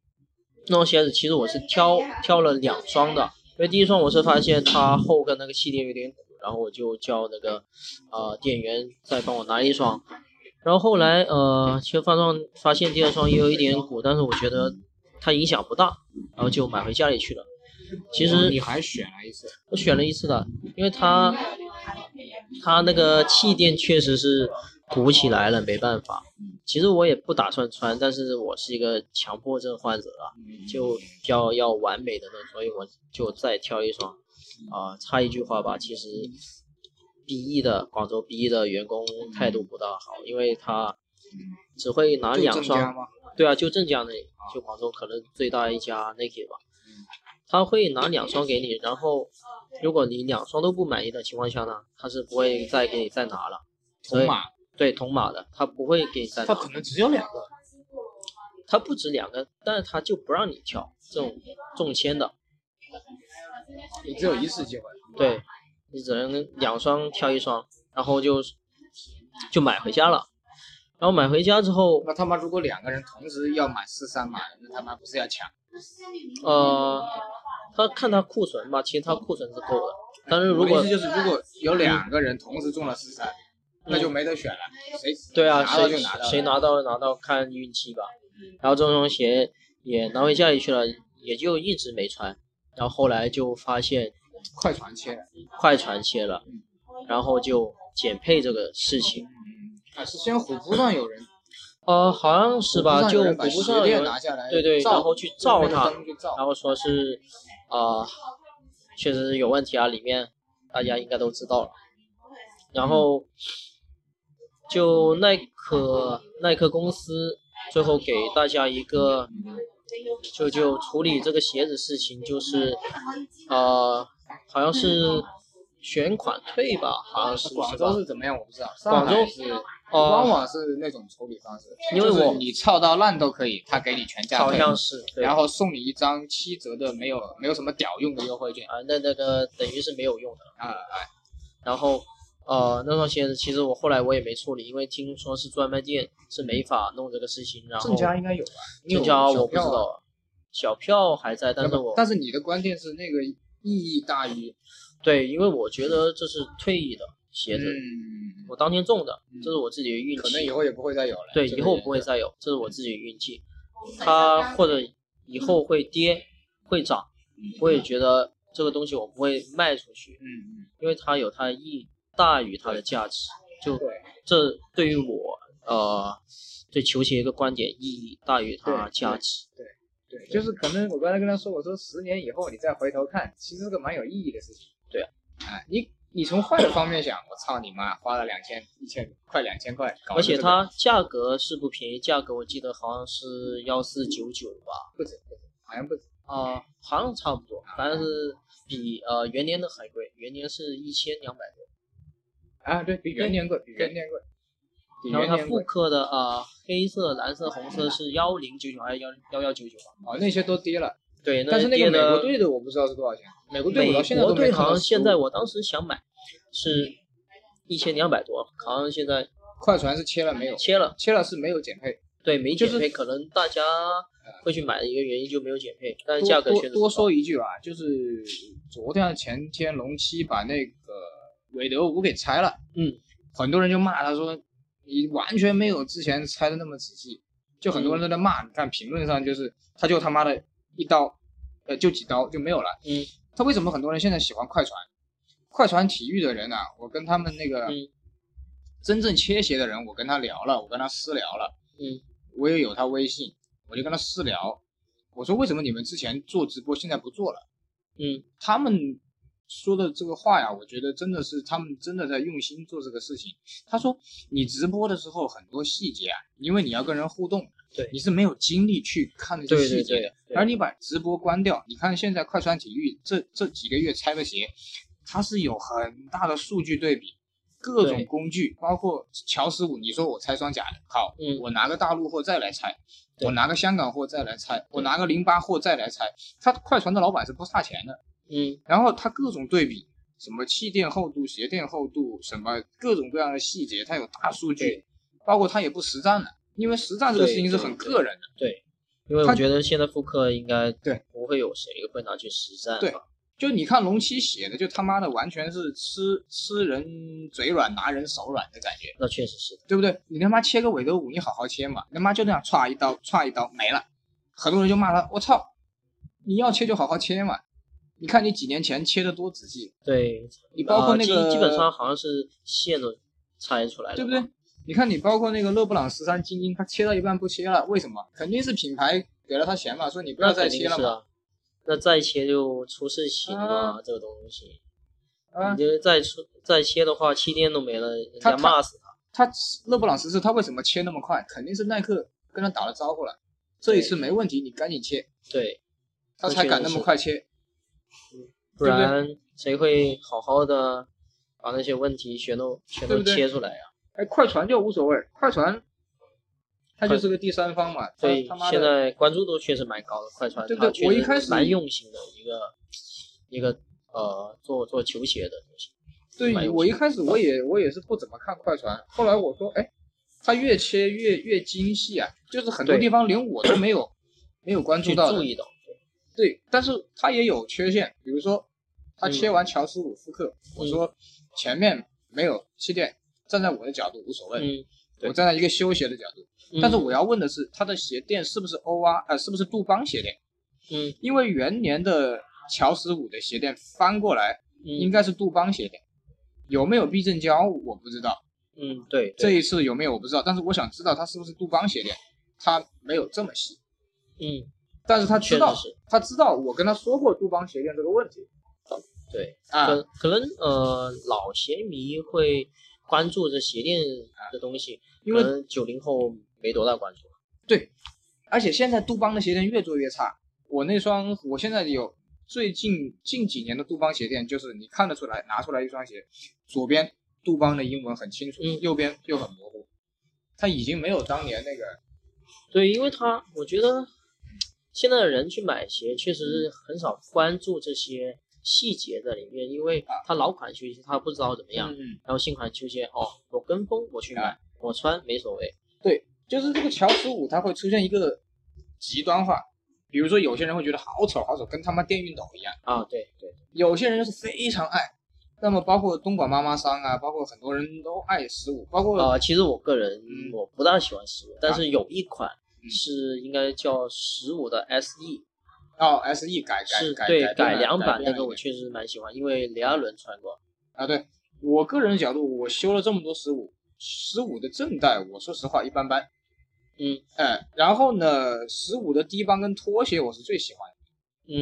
S2: 那双鞋子其实我是挑挑了两双的，因为第一双我是发现它后跟那个系列有点鼓，然后我就叫那个呃店员再帮我拿一双，然后后来呃其实发双发现第二双也有一点鼓，但是我觉得它影响不大，然后就买回家里去了。其
S1: 你
S2: 实
S1: 还选了一次，
S2: 我选了一次的，因为它
S3: 他
S2: 它那个气垫确实是鼓起来了，没办法。其实我也不打算穿，但是我是一个强迫症患者啊，
S1: 嗯
S2: 就要要完美的那，所以我就再挑一双。啊、插一句话吧，其实 B E 的广州 B E 的员工态度不大好，因为他只会拿
S1: 就
S2: 两
S1: 正佳
S2: 双，
S1: 吗？
S2: 对啊，就镇江那里，就广州可能最大一家 Nike 吧，他会拿两双给你，然后如果你两双都不满意的情况下呢，他是不会再给你再拿了。所
S1: 同
S2: 以
S1: 码，
S2: 对同码的，他不会给你再
S1: 他
S2: 拿。
S1: 可能只有两个，
S2: 他不止两个，但是他就不让你挑这种中签的，
S1: 你只有一次机会，
S2: 对你只能两双挑一双，然后就就买回家了。然后买回家之后，
S1: 那他妈如果两个人同时要买四三码，那他妈不是要抢？
S2: 呃，他看他库存吧，其实他库存是够的，但是如
S1: 我
S2: 果嗯
S1: 的意思就是，如果有两个人同时中了四三，那就没得选了，谁
S2: 对啊，
S1: 拿到
S2: 谁
S1: 就拿到了，
S2: 谁拿到就拿到，看运气吧。然后这双鞋也拿回家里去了，也就一直没穿。然后后来就发现
S1: 快传切，
S2: 快传切了，然后就减配这个事情。
S1: 啊，是先虎扑上有人，
S2: 呃，好像是吧？
S1: 虎扑
S2: 就
S1: 有人
S2: 虎
S1: 把
S2: 扑
S1: 鞋
S2: 上有
S1: 垫
S2: 人，
S1: 拿下来，
S2: 对对，
S1: 照
S2: 然后去照
S1: 那
S2: 它
S1: 个，灯就照
S2: 然后说是啊、确实有问题啊，里面大家应该都知道了。然后就耐克耐克公司最后给大家一个就就处理这个鞋子事情，就是呃好像是选款退吧，好像是
S1: 广
S2: 是
S1: 州？
S2: 吧
S1: 啊是怎么样我不知道，
S2: 广州
S1: 上海是官
S2: 哦、
S1: 网是那种处理方式，
S2: 因为
S1: 就是
S2: 我
S1: 你操到烂都可以，他给你全价
S2: 好
S1: 退，
S2: 像是对。
S1: 然后送你一张七折的没有没有什么屌用的优惠券
S2: 啊，那那个等于是没有用的。
S1: 啊，哎
S2: 然后呃，那双鞋子其实我后来我也没处理，因为听说是专卖店是没法弄这个事情。然后
S1: 正佳应该有吧？你有
S2: 正佳
S1: 小
S2: 我不知
S1: 票啊
S2: 道，小票还在，但是我
S1: 但是你的关键是那个意义大于
S2: 对，因为我觉得这是退役的鞋子，
S1: 嗯，
S2: 我当天中的，
S1: 嗯
S2: 这是我自己的运气。
S1: 可能以后也不会再有了。
S2: 对，
S1: 这
S2: 以
S1: 个
S2: 后
S1: 也
S2: 不会再有，这是我自己的运气。它
S3: 他
S2: 或
S3: 或
S2: 者
S3: 者
S2: 以后会跌，会涨，我也觉得这个东西我不会卖出去，
S1: 嗯
S2: 因为它有它的意义大于它的价值。就
S1: 嗯，对，
S2: 这对于我呃对球鞋一个观点意义大于它价值。
S1: 对，就是可能我刚才跟他说，我说十年以后你再回头看，其实是个蛮有意义的事情。
S2: 对啊，
S1: 哎，你你从坏的方面想，我操你妈，花了两千一千快两千块，搞
S2: 而且
S1: 这个
S2: 它价格是不便宜，价格我记得好像是幺四九九吧，
S1: 不止不止，好像不止，
S2: 啊、好像差不多，反正是比呃原年的还贵，原年是一千两百多。
S1: 啊，对比原年贵，比原年贵，比
S2: 然后
S1: 原
S2: 它
S1: 年
S2: 复
S1: 贵，
S2: 刻的啊、呃黑色、蓝色、红色是幺零九九还是幺幺幺九九吧？
S1: 哦，那些都跌了，
S2: 对，
S1: 但是那
S2: 跌
S1: 个美国
S2: 的
S1: 队的我不知道是多少钱，美国队
S2: 美
S1: 我到现在都
S2: 国
S1: 没
S2: 队
S1: 看
S2: 好
S1: 到
S2: 像
S1: 实
S2: 现
S1: 物
S2: 在我当时想买是一千两百多，好像现在
S1: 快船是切了没有？
S2: 切了。
S1: 切了是没有减配，
S2: 对，没
S1: 就
S2: 减
S1: 是
S2: 配，可能大家会去买的一个原因就没有减配，但是
S1: 多
S2: 价格
S1: 多
S2: 确
S1: 多
S2: 实不高
S1: 说一句啊，就是昨天还是前天龙七把那个韦德五给拆了，
S2: 嗯，
S1: 很多人就骂他说你完全没有之前拆的那么仔细，就很多人都在
S2: 嗯
S1: 骂，你看评论上就是他就他妈的一刀，呃，就几刀就没有了，
S2: 嗯，
S1: 他为什么很多人现在喜欢快船？快船体育的人啊，我跟他们那个
S2: 嗯
S1: 真正切鞋的人，我跟他聊了，我跟他私聊了，
S2: 嗯，
S1: 我也有他微信，我就跟他私聊，我说为什么你们之前做直播现在不做了？
S2: 嗯
S1: 他们说的这个话呀，我觉得真的是他们真的在用心做这个事情。他说你直播的时候很多细节啊，因为你要跟人互动，
S2: 对
S1: 你是没有精力去看那些
S2: 对
S1: 细
S2: 对
S1: 节的。
S2: 对，
S1: 而你把直播关掉，你看现在快船体育这这几个月拆的鞋，它是有很大的数据对比，各种
S2: 对
S1: 工具，包括乔十五，你说我拆双甲的，好，
S2: 嗯
S1: 我拿个大陆货再来拆，
S2: 对
S1: 我拿个香港货再来拆，我拿个零八货再来拆，他快船的老板是不差钱的，
S2: 嗯
S1: 然后他各种对比，什么气垫厚度、鞋垫厚度，什么各种各样的细节，它有大数据
S2: 对，
S1: 包括它也不实战了，因为实战这个
S2: 对
S1: 事情是
S2: 对
S1: 很
S2: 对
S1: 个人的。
S2: 对，因为
S1: 他
S2: 我觉得现在复刻应该
S1: 对
S2: 不会有谁会拿去实战
S1: 对
S2: 吧，
S1: 就你看龙七写的，就他妈的完全是吃吃人嘴软，拿人手软的感觉，
S2: 那确实是的，
S1: 对不对？你他妈切个韦德五，你好好切嘛，你他妈就那样歘一刀，歘一刀没了。很多人就骂他，我操，你要切就好好切嘛。你看你几年前切的多仔细，
S2: 对，
S1: 你包括
S2: 呃
S1: 那
S2: 基
S1: 个、
S2: 基本上好像是线都拆出来的，
S1: 对不对？？你看你包括那个勒布朗十三精英，他切到一半不切了，为什么？肯定是品牌给了他钱嘛，说你不要
S2: 那
S1: 再
S2: 肯定
S1: 切了
S2: 是
S1: 嘛。
S2: 啊，那再切就出事情嘛，这个东西，
S1: 啊
S2: 你，这再出再切的话，气垫都没了，人
S1: 他
S2: 家骂死他。
S1: 他勒布朗十四他为什么切那么快？肯定是耐克跟他打了招呼了，这一次没问题，你赶紧切，
S2: 对，
S1: 他才敢那么快切。
S2: 不
S1: 对不对
S2: 然谁会好好的把那些问题全都全
S1: 对
S2: 都
S1: 不对
S2: 切出来啊？
S1: 哎，快船就无所谓，快船他就是个第三方嘛，他
S2: 所以
S1: 他妈
S2: 现
S1: 的，
S2: 在关注度确实蛮高的，快船
S1: 对不
S2: 它
S1: 对我一
S2: 确实
S1: 开始
S2: 蛮用心的一个一个呃做做球鞋的东西。蛮
S1: 对
S2: 有
S1: 我一
S2: 趣的
S1: 开始我也我也是不怎么看快船，后来我说，哎，他越切越越精细啊，就是很多
S2: 对
S1: 地方连我都没有没有关注
S2: 去
S1: 到
S2: 注
S1: 的，
S2: 意到，
S1: 对，但是他也有缺陷，比如说他
S2: 嗯
S1: 切完乔十五复刻，我说前面没有气垫，站在我的角度无所谓。
S2: 嗯，对
S1: 我站在一个休鞋的角度，
S2: 嗯
S1: 但是我要问的是，它的鞋垫是不是欧啊？呃，是不是杜邦鞋垫？
S2: 嗯
S1: 因为元年的乔十五的鞋垫翻过来应
S2: 嗯
S1: 该是杜邦鞋垫，有没有避震胶我不知道，
S2: 嗯对，
S1: 这
S2: 对
S1: 一次有没有我不知道，但是我想知道它是不是杜邦鞋垫，它没有这么细，
S2: 嗯
S1: 但是他
S2: 确
S1: 知道
S2: 实，是
S1: 他知道我跟他说过杜邦鞋垫这个问题
S2: 对。
S1: 啊，
S2: 可可能呃老鞋迷会关注这鞋垫的东西，
S1: 啊因为
S2: 九零后没多大关注。
S1: 而且现在杜邦的鞋垫越做越差。我那双，我现在有最近近几年的杜邦鞋垫，就是你看得出来，拿出来一双鞋，左边杜邦的英文很清楚，
S2: 嗯
S1: 右边又很模糊。它已经没有当年那个，
S2: 对，因为他我觉得现在的人去买鞋确实是很少关注这些细节在里面，因
S1: 啊
S2: 为他老款球鞋他不知道怎么样，
S1: 嗯，
S2: 然后新款球鞋哦我跟风我去买
S1: 啊
S2: 我穿没所谓，
S1: 就是这个乔十五，它会出现一个极端化。比如说，有些人会觉得好丑好丑，跟他妈电熨斗一样；
S2: 啊对对
S1: 有些人就是非常爱。那么，包括东莞妈妈桑啊，包括很多人都爱十五，包括
S2: 啊、其实我个人
S1: 嗯
S2: 我不大喜欢十五，但
S1: 啊
S2: 是有一款
S1: 嗯
S2: 是应该叫十五的 SE。
S1: 哦 S E 改改
S2: 是
S1: 改
S2: 对
S1: 改
S2: 改
S1: 变了
S2: 良版
S1: 变
S2: 那
S1: 了
S2: 个
S1: 一
S2: 我
S1: 点
S2: 确实蛮喜欢，因为雷阿伦穿过，
S1: 啊，对我个人的角度，我修了这么多十五，十五的正代，我说实话一般般。
S2: 嗯
S1: 哎，然后呢，十五的低帮跟拖鞋我是最喜欢的。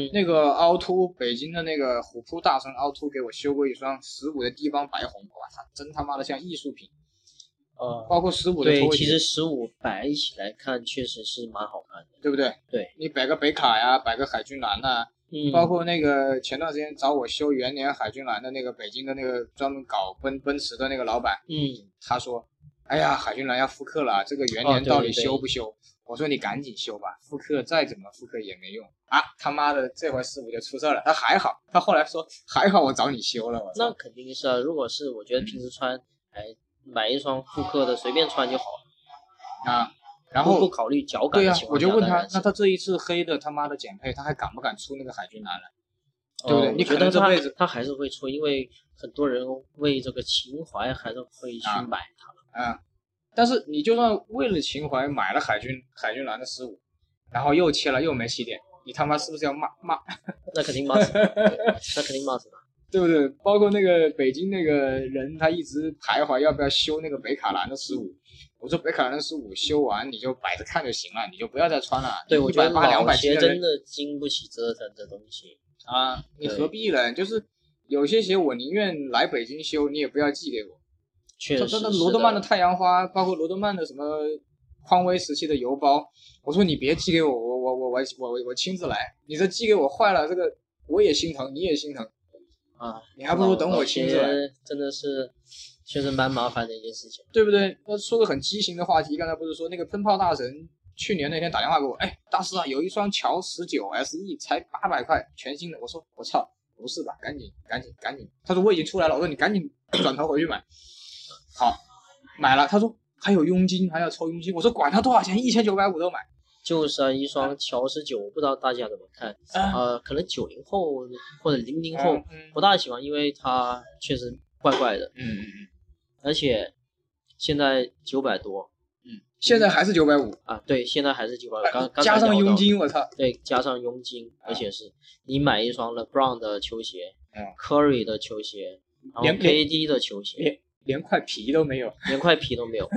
S2: 嗯
S1: 那个凹凸，北京的那个虎扑大神凹凸给我修过一双十五的低帮白红，哇，它真他妈的像艺术品。
S2: 呃
S1: 包括十五的
S2: 对，
S1: 拖鞋，
S2: 其实十五摆起来看确实是蛮好看的，
S1: 对不对？
S2: 对，
S1: 你摆个北卡呀，摆个海军蓝呐、
S2: 嗯，
S1: 包括那个前段时间找我修元年海军蓝的那个北京的那个专门搞奔奔驰的那个老板，
S2: 嗯
S1: 他说：“哎呀，海军蓝要复刻了，这个元
S2: 哦
S1: 年
S2: 对
S1: 到
S2: 对
S1: 底
S2: 对
S1: 修不修？”我说：“你赶紧修吧，复刻再怎么复刻也没用啊！”他妈的，这回师傅就出事儿了。他还好，他后来说还好我找你修了。我
S2: 那
S1: 操，
S2: 肯定是啊，如果是我觉得平时穿，哎买一双复刻的随便穿就好了，
S1: 啊，然后
S2: 不不考虑脚感
S1: 对
S2: 的
S1: 呀、
S2: 情
S1: 我
S2: 况下，
S1: 就问
S2: 当
S1: 他
S2: 然，是
S1: 那他这一次黑的他妈的减配，他还敢不敢出那个海军男篮？
S2: 呃
S1: 对不对
S2: 我
S1: 你
S2: 觉
S1: 可
S2: 得
S1: 能这
S2: 他
S1: 辈子
S2: 他还是会出，因为很多人为这个情怀还是会去
S1: 啊
S2: 买它。
S1: 啊，但是你就算为了情怀买了海军海军蓝的十五，然后又切了又没起点，你他妈是不是要骂骂？
S2: 那肯定骂死他，对那肯定骂死他。
S1: 对不对？包括那个北京那个人，他一直徘徊要不要修那个北卡蓝的十五。我说北卡蓝的十五修完你就摆着看就行了，你就不要再穿了。
S2: 对，我
S1: 一
S2: 觉
S1: 百
S2: 得
S1: 八两
S2: 老
S1: 百
S2: 鞋
S1: 斤的人
S2: 真的经不起折腾这东西。
S1: 啊，你
S2: 对
S1: 何必呢？就是有些鞋我宁愿来北京修，你也不要寄给我。
S2: 确
S1: 这
S2: 实，
S1: 真
S2: 是
S1: 的
S2: 的
S1: 罗德曼的太阳花，包括罗德曼的什么匡威时期的邮包，我说你别寄给我，我我我我我我我亲自来，你这寄给我坏了，这个我也心疼，你也心疼，
S2: 啊，
S1: 你还不如等
S2: 老
S1: 我亲自来，，
S2: 老鞋真的是确实蛮麻烦的一件事情。
S1: 对不对？那说个很畸形的话题，刚才不是说那个喷炮大神去年那天打电话给我，哎，大师啊，有一双乔十九 SE 才八百块，全新的，我说我操，不是吧？赶紧赶紧赶紧，他说我已经出来了，我说你赶紧转头回去买，好，买了，他说。还有佣金，还要抽佣金。我说管他多少钱，一千九百五都买。
S2: 就是啊，一双乔十九，我不知道大家怎么看，
S1: 啊，
S2: 呃，可能九零后或者零零后
S1: 嗯
S2: 不大喜欢，因为它确实怪怪的，
S1: 嗯嗯，
S2: 而且现在九百多
S1: 嗯，现在还是九百五，
S2: 啊，对，现在还是九百，刚刚才
S1: 哎加上
S2: 聊到
S1: 佣，金，哎我操，
S2: 对，加上佣金，而且是你买一双 LeBron 的球鞋
S1: 嗯
S2: ，Curry 的球鞋，然后
S1: 连连
S2: KD 的球鞋，
S1: 连连块皮都没有。
S2: 连块皮都
S1: [laughs]
S2: 没有，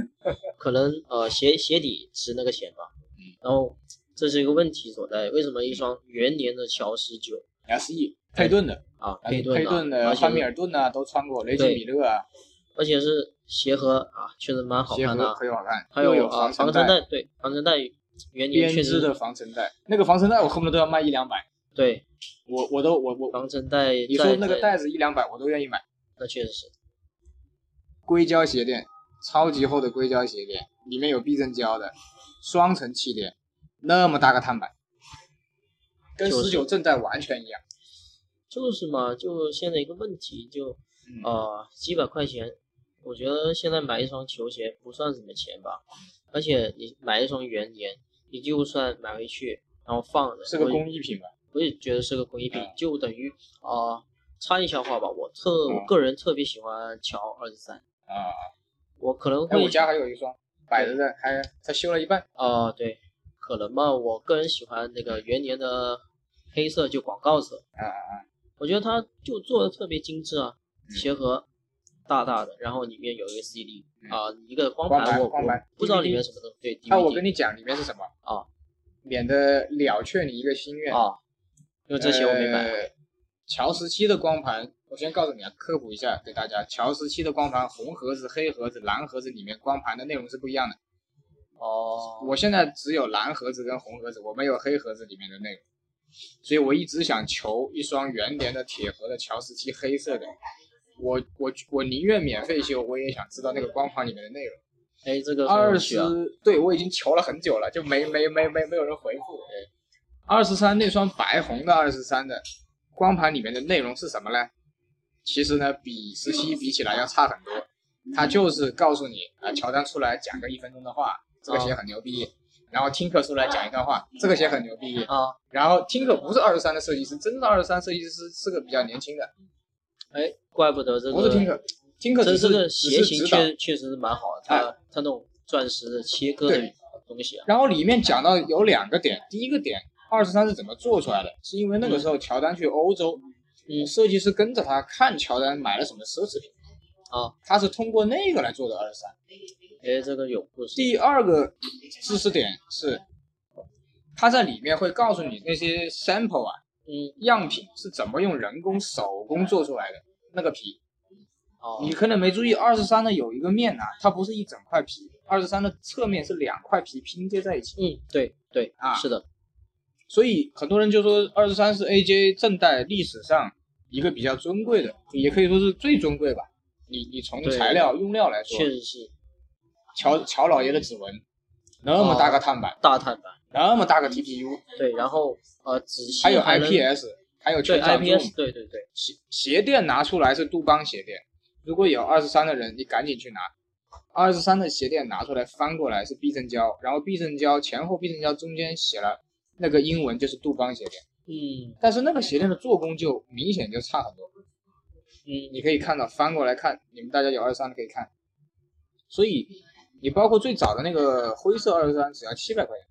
S2: 可能呃鞋鞋底值那个钱吧。
S1: 嗯
S2: 然后这是一个问题所在，为什么一双元年的乔十九
S1: S.E. 佩顿 E，的，
S2: 啊，
S1: 哎佩
S2: 顿、啊、
S1: 的、
S2: 而
S1: 汉密
S2: 且
S1: 尔顿啊，都穿过，雷吉
S2: 对
S1: 米勒啊，
S2: 而且是鞋盒啊，确实蛮好
S1: 鞋
S2: 看的
S1: 盒
S2: 啊。
S1: 很好看，
S2: 还
S1: 又
S2: 有啊
S1: 防
S2: 防尘
S1: 带，
S2: 带，对防尘带元年
S1: 编
S2: 确
S1: 织
S2: 实
S1: 的防尘带，那个防尘带我恨不得都要卖一两百，
S2: 对
S1: 我我都我我，
S2: 防尘带
S1: 你
S2: 呃在
S1: 说那个
S2: 在
S1: 袋子一两百我都愿意买。
S2: 那确实是
S1: 硅胶鞋垫，超级厚的硅胶鞋垫，里面有避震胶的，双层气垫，那么大个碳板，跟
S2: 就是
S1: 十九正在完全一样。
S2: 就是嘛，就现在一个问题就
S1: 嗯
S2: 呃几百块钱，我觉得现在买一双球鞋不算什么钱吧，而且你买一双元年，你就算买回去然后放着，
S1: 是个
S2: 我也
S1: 工艺品吧？
S2: 我也觉得是个工艺品
S1: 嗯，
S2: 就等于啊、呃插一下话吧，我特
S1: 嗯
S2: 我个人特别喜欢乔二十三，
S1: 啊，
S2: 我可能
S1: 哎，
S2: 会
S1: 我家还有一双摆着的，还才修了一半。
S2: 啊、对，可能嘛，我个人喜欢那个元年的黑色，就广告色，
S1: 啊啊
S2: 我觉得它就做的特别精致啊，
S1: 嗯
S2: 鞋盒大大的，然后里面有一个 CD
S1: 嗯
S2: 啊、一个光
S1: 光
S2: 盘，
S1: 盘
S2: 我
S1: 光
S2: 我
S1: 盘
S2: 不知道
S1: DVD
S2: 里面什么东西，对
S1: 啊！我跟
S2: ，DVD
S1: 你讲，里面是什么
S2: 啊？
S1: 免得了却你一个心愿。
S2: 啊，因为这些我没买，
S1: 呃乔十七的光盘，我先告诉你啊，科普一下给大家，乔十七的光盘，红盒子、黑盒子、蓝盒子里面光盘的内容是不一样的。
S2: 哦，
S1: 我现在只有蓝盒子跟红盒子，我没有黑盒子里面的内容，所以我一直想求一双圆点的铁盒的乔十七黑色的。我我我宁愿免费修，我也想知道那个光盘里面的内容。
S2: 哎，这个很
S1: 二
S2: 有趣
S1: 十
S2: 啊，
S1: 对我已经求了很久了，就没没没没没有人回复。二十三那双白红的二十三的光盘里面的内容是什么呢？其实呢，比十七比起来要差很多。它就是告诉你啊，乔丹出来讲个一分钟的话，这个
S2: 啊
S1: 鞋很牛逼。然后听课出来讲一段话，这个鞋很牛逼。
S2: 啊，
S1: 然后听课不是二十三的设计师，真正的二十三设计师是个比较年轻的，
S2: 哎，怪不得这
S1: 不是听
S2: 个，
S1: 课，听课
S2: 这
S1: 只
S2: 这
S1: 是
S2: 个
S1: 只
S2: 鞋
S1: 是
S2: 型
S1: 指导。哎
S2: 确确实是蛮好的，它它那种钻石的切割的
S1: 对
S2: 东西啊，
S1: 然后里面讲到有两个点，第一个点，二十三是怎么做出来的？是因为那个时候乔丹去欧洲，
S2: 嗯
S1: 设计师跟着他看乔丹买了什么奢侈品，
S2: 啊，
S1: 他是通过那个来做的二十三。
S2: 哎，这个有故事，
S1: 第二个知识点是，他在里面会告诉你那些 sample 啊
S2: 嗯，
S1: 样品是怎么用人工手工做出来的那个皮，
S2: 哦，
S1: 你可能没注意，二十三的有一个面啊，它不是一整块皮，二十三的侧面是两块皮拼接在一起。
S2: 嗯，对对，
S1: 啊
S2: 是的，
S1: 所以很多人就说二十三是 AJ 正代历史上一个比较尊贵的，也可以说是最尊贵吧。你你从
S2: 对
S1: 材料用料来说
S2: 确，实是
S1: 乔乔老爷的指纹，那么大个碳板，
S2: 大碳板，
S1: 那么大个 TPU，
S2: 对，然后呃，仔细
S1: 还有
S2: 还能
S1: IPS，还有
S2: 对
S1: 全场重
S2: IPS，对对对，
S1: 鞋鞋垫拿出来是杜邦鞋垫，如果有二十三的人，你赶紧去拿。二十三的鞋垫拿出来翻过来是避震胶，然后避震胶前后避震胶中间写了那个英文就是杜邦鞋垫，
S2: 嗯
S1: 但是那个鞋垫的做工就明显就差很多。
S2: 嗯
S1: 你可以看到翻过来看，你们大家有二三的可以看。所以你包括最早的那个灰色二三，只要七百块钱，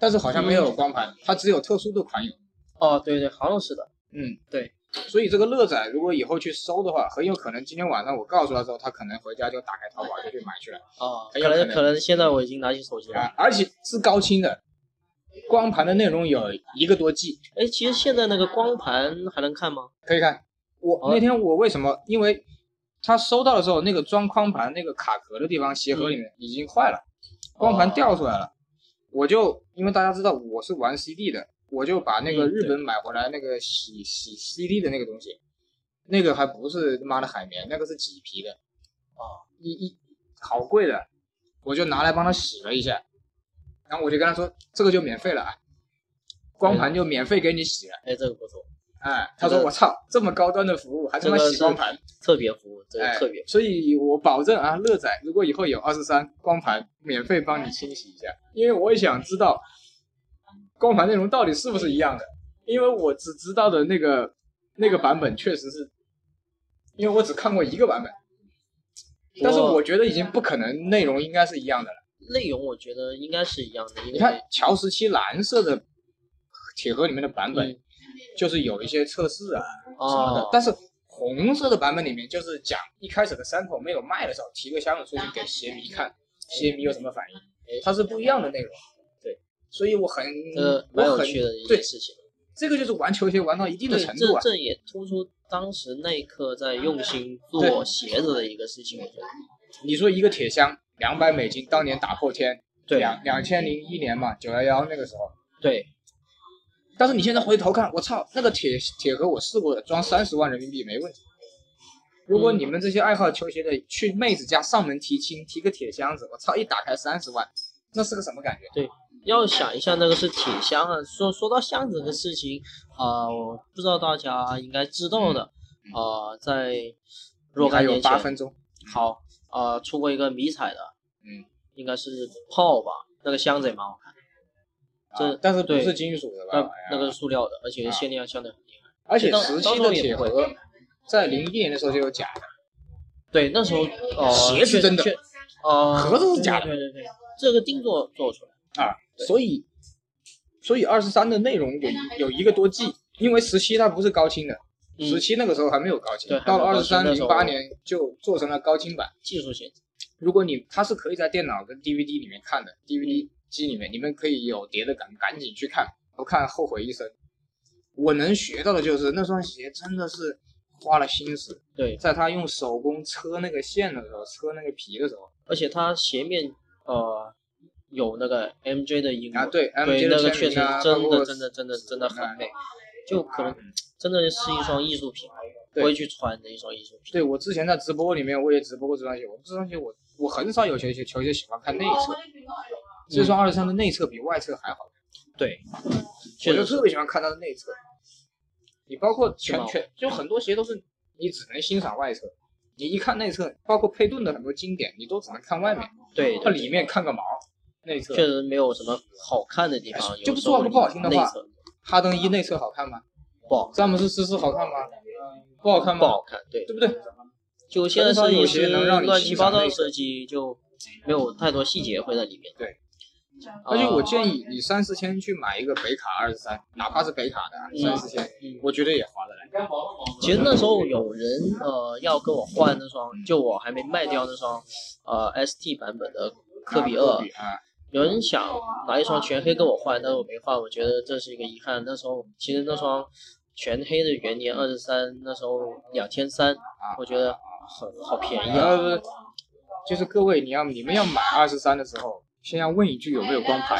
S1: 但是好像没有光盘，它只有特殊的款有。
S2: 哦对对，好像是的，
S1: 嗯，
S2: 对。
S1: 所以这个乐仔如果以后去搜的话，很有可能今天晚上我告诉他之后，他可能回家就打开淘宝就去买去了
S2: 哦，可
S1: 很有可
S2: 能
S1: 能
S2: 可能现在我已经拿起手机了。
S1: 啊，而且是高清的，光盘的内容有一个多 G，
S2: 哎，其实现在那个光盘还能看吗？
S1: 可以看。我
S2: 哦
S1: 那天我为什么？因为他收到的时候，那个装光盘那个卡壳的地方，鞋盒里面已经坏了。
S2: 嗯
S1: 光
S2: 哦
S1: 盘掉出来了，我就因为大家知道我是玩 CD 的，我就把那个
S2: 嗯
S1: 日本买回来那个洗洗 CD 的那个东西，那个还不是他妈的海绵，那个是麂皮的，
S2: 哦，
S1: 一一好贵的，我就拿来帮他洗了一下，然后我就跟他说这个就免费了啊，光盘就免费给你洗了，
S2: 哎，这个不错，
S1: 哎，他
S2: 这
S1: 说
S2: 个
S1: 我操，这么高端的服务还他妈
S2: 这个
S1: 洗
S2: 是
S1: 光盘，
S2: 特别服务，这个
S1: 哎
S2: 特别，
S1: 所以我保证啊，乐仔如果以后有二十三光盘，免费帮你清洗一下，因为我也想知道光盘内容到底是不是一样的，因为我只知道的那个那个版本确实是，因为我只看过一个版本，但是我觉得已经不可能内容应该是一样的了。
S2: 内容我觉得应该是一样的，因
S1: 你
S2: 为
S1: 看乔十七蓝色的铁盒里面的版本
S2: 嗯，
S1: 就是有一些测试啊什么的
S2: 哦，，
S1: 但是红色的版本里面就是讲一开始的 sample 没有卖的时候，提个箱子出去给鞋迷看，鞋迷有什么反应，哎它是不一样的内容。
S2: 哎对，
S1: 所以我很
S2: 呃，蛮
S1: 嗯我
S2: 有
S1: 很
S2: 趣的一
S1: 对
S2: 件事情。
S1: 这个就是玩球鞋玩到一定的
S2: 对，
S1: 程度
S2: 这
S1: 啊。
S2: 这也突出当时耐克在用心做
S1: 对
S2: 鞋子的一个事情，我觉得。
S1: 你说一个铁箱两百美金，当年打破天，
S2: 对
S1: 两两千零一年嘛，九幺幺那个时候。
S2: 对，
S1: 但是你现在回头看，我操，那个铁铁盒我试过的，装三十万人民币没问题。如果你们这些爱好球鞋的去妹子家上门提亲，提个铁箱子，我操，一打开三十万，那是个什么感觉？
S2: 要想一下那个是铁箱啊。说说到箱子的事情啊、我不知道大家应该知道的啊、在若
S1: 还
S2: 干
S1: 嗯有
S2: 年前
S1: 八分钟，
S2: 好啊、出过一个迷彩的，
S1: 嗯，
S2: 应该是炮吧，那个箱子也蛮好看，这
S1: 啊但是不
S2: 对
S1: 是金属的
S2: 那
S1: 吧？哎
S2: 那个是塑料的，而
S1: 啊
S2: 且限量箱的很厉害。
S1: 而且
S2: 当
S1: 十七
S2: 当时
S1: 的
S2: 我也
S1: 铁
S2: 不会
S1: 盒，在零一年的时候就有假的，
S2: 对，那时候呃，
S1: 鞋是
S2: 确
S1: 真的
S2: 确呃，
S1: 盒子是假的
S2: 对对对，对这个定做做出来。
S1: 啊，
S2: 对
S1: 所以所以二十三的内容有一有一个多 G，因为十七它不是高清的，
S2: 嗯
S1: 十七那个时候还没有高清
S2: 对，还
S1: 到
S2: 没有
S1: 了二
S2: 高
S1: 十
S2: 清
S1: 三
S2: 那时
S1: 零
S2: 候
S1: 八年就做成了高清版。
S2: 技术鞋子，
S1: 如果你它是可以在电脑跟 DVD 里面看的，DVD 机里面你们可以有碟的赶赶紧去看，不看后悔一生。我能学到的就是那双鞋真的是花了心思，
S2: 对，
S1: 在他用手工车那个线的时候，车那个皮的时候，
S2: 而且它鞋面呃有那个 MJ 的英文，
S1: 啊，对
S2: 嗯对
S1: ，MJ
S2: 那
S1: 的
S2: 个
S1: 签
S2: 确实
S1: 名啊，
S2: 真
S1: 包括嗯啊
S2: 的真的真的真的很美，就
S1: 就
S2: 可能真的是一双艺术品，啊
S1: 对
S2: 会去穿的一双艺术品。
S1: 对我之前在直播里面我也直播过这双鞋，我这双鞋我我很少有球鞋球鞋喜欢看内
S2: 嗯
S1: 侧，这双二十三的内侧比外侧还好看。
S2: 对，
S1: 我
S2: 确
S1: 就
S2: 实是
S1: 特别喜欢看它的内侧。你包括
S2: 是
S1: 全
S2: 吗
S1: 全，就很多鞋都是你只能欣赏外侧，你一看内侧，包括佩顿的很多经典，你都只能看外面，
S2: 对，
S1: 它
S2: 对
S1: 里面看个毛。内侧，
S2: 确实没有什么好看的地方。
S1: 哎就
S2: 有
S1: 不
S2: 时候
S1: 说个不好听的
S2: 内
S1: 话
S2: 侧
S1: 哈登一内侧好看吗？
S2: 不好
S1: 詹姆斯四四好看吗？不好看
S2: 不
S1: 吗？
S2: 好看，对，
S1: 对不对？
S2: 就现在设计师乱
S1: 很少有鞋能让
S2: 七八糟的
S1: 你欣赏内侧
S2: 设计就没有太多细节会在里面。
S1: 对
S2: 呃，
S1: 而且我建议你三四千去买一个北卡二十三，哪怕是北卡的啊
S2: 嗯
S1: 三四千，
S2: 嗯
S1: 我觉得也划得来。
S2: 其实那时候有人呃要跟我换那双，就我还没卖掉那双呃 ST 版本的科比
S1: 啊
S2: 二，
S1: 啊，
S2: 有人想拿一双全黑跟我换，但是我没换，我觉得这是一个遗憾。那时候其实那双全黑的元年二十三，那时候两千三，我觉得很好便宜啊。
S1: 呃，啊就是各位，你要你们要买二十三的时候，先要问一句有没有光盘，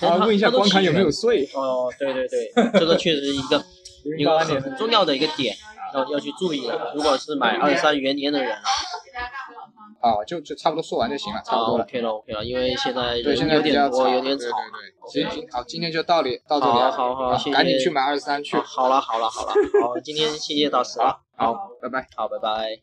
S2: 但
S1: 啊，
S2: 它
S1: 问一下光盘有没？有
S2: 它都
S1: 税。
S2: 齐全哦，对对对，这个确实是一个一
S1: 零
S2: 个
S1: 八年
S2: 很重要的一个点，要要去注意的。如果是买二十三元年的人啊，
S1: 啊，就就差不多说完就行了，差不多了。
S2: OK 了 OK 了，因为现在
S1: 哦对，现
S2: 人
S1: 在
S2: 哦有
S1: 比较
S2: 点
S1: 吵，
S2: 多，有
S1: 对对
S2: 点吵。
S1: 对，行行，好，今天就到里到这里啊，
S2: 好好好
S1: 啊
S2: 谢谢
S1: 赶紧去买二十三去啊
S2: 好，好了好了好了，好，今天谢谢大师了，
S1: 好，拜拜。
S2: 好，拜拜。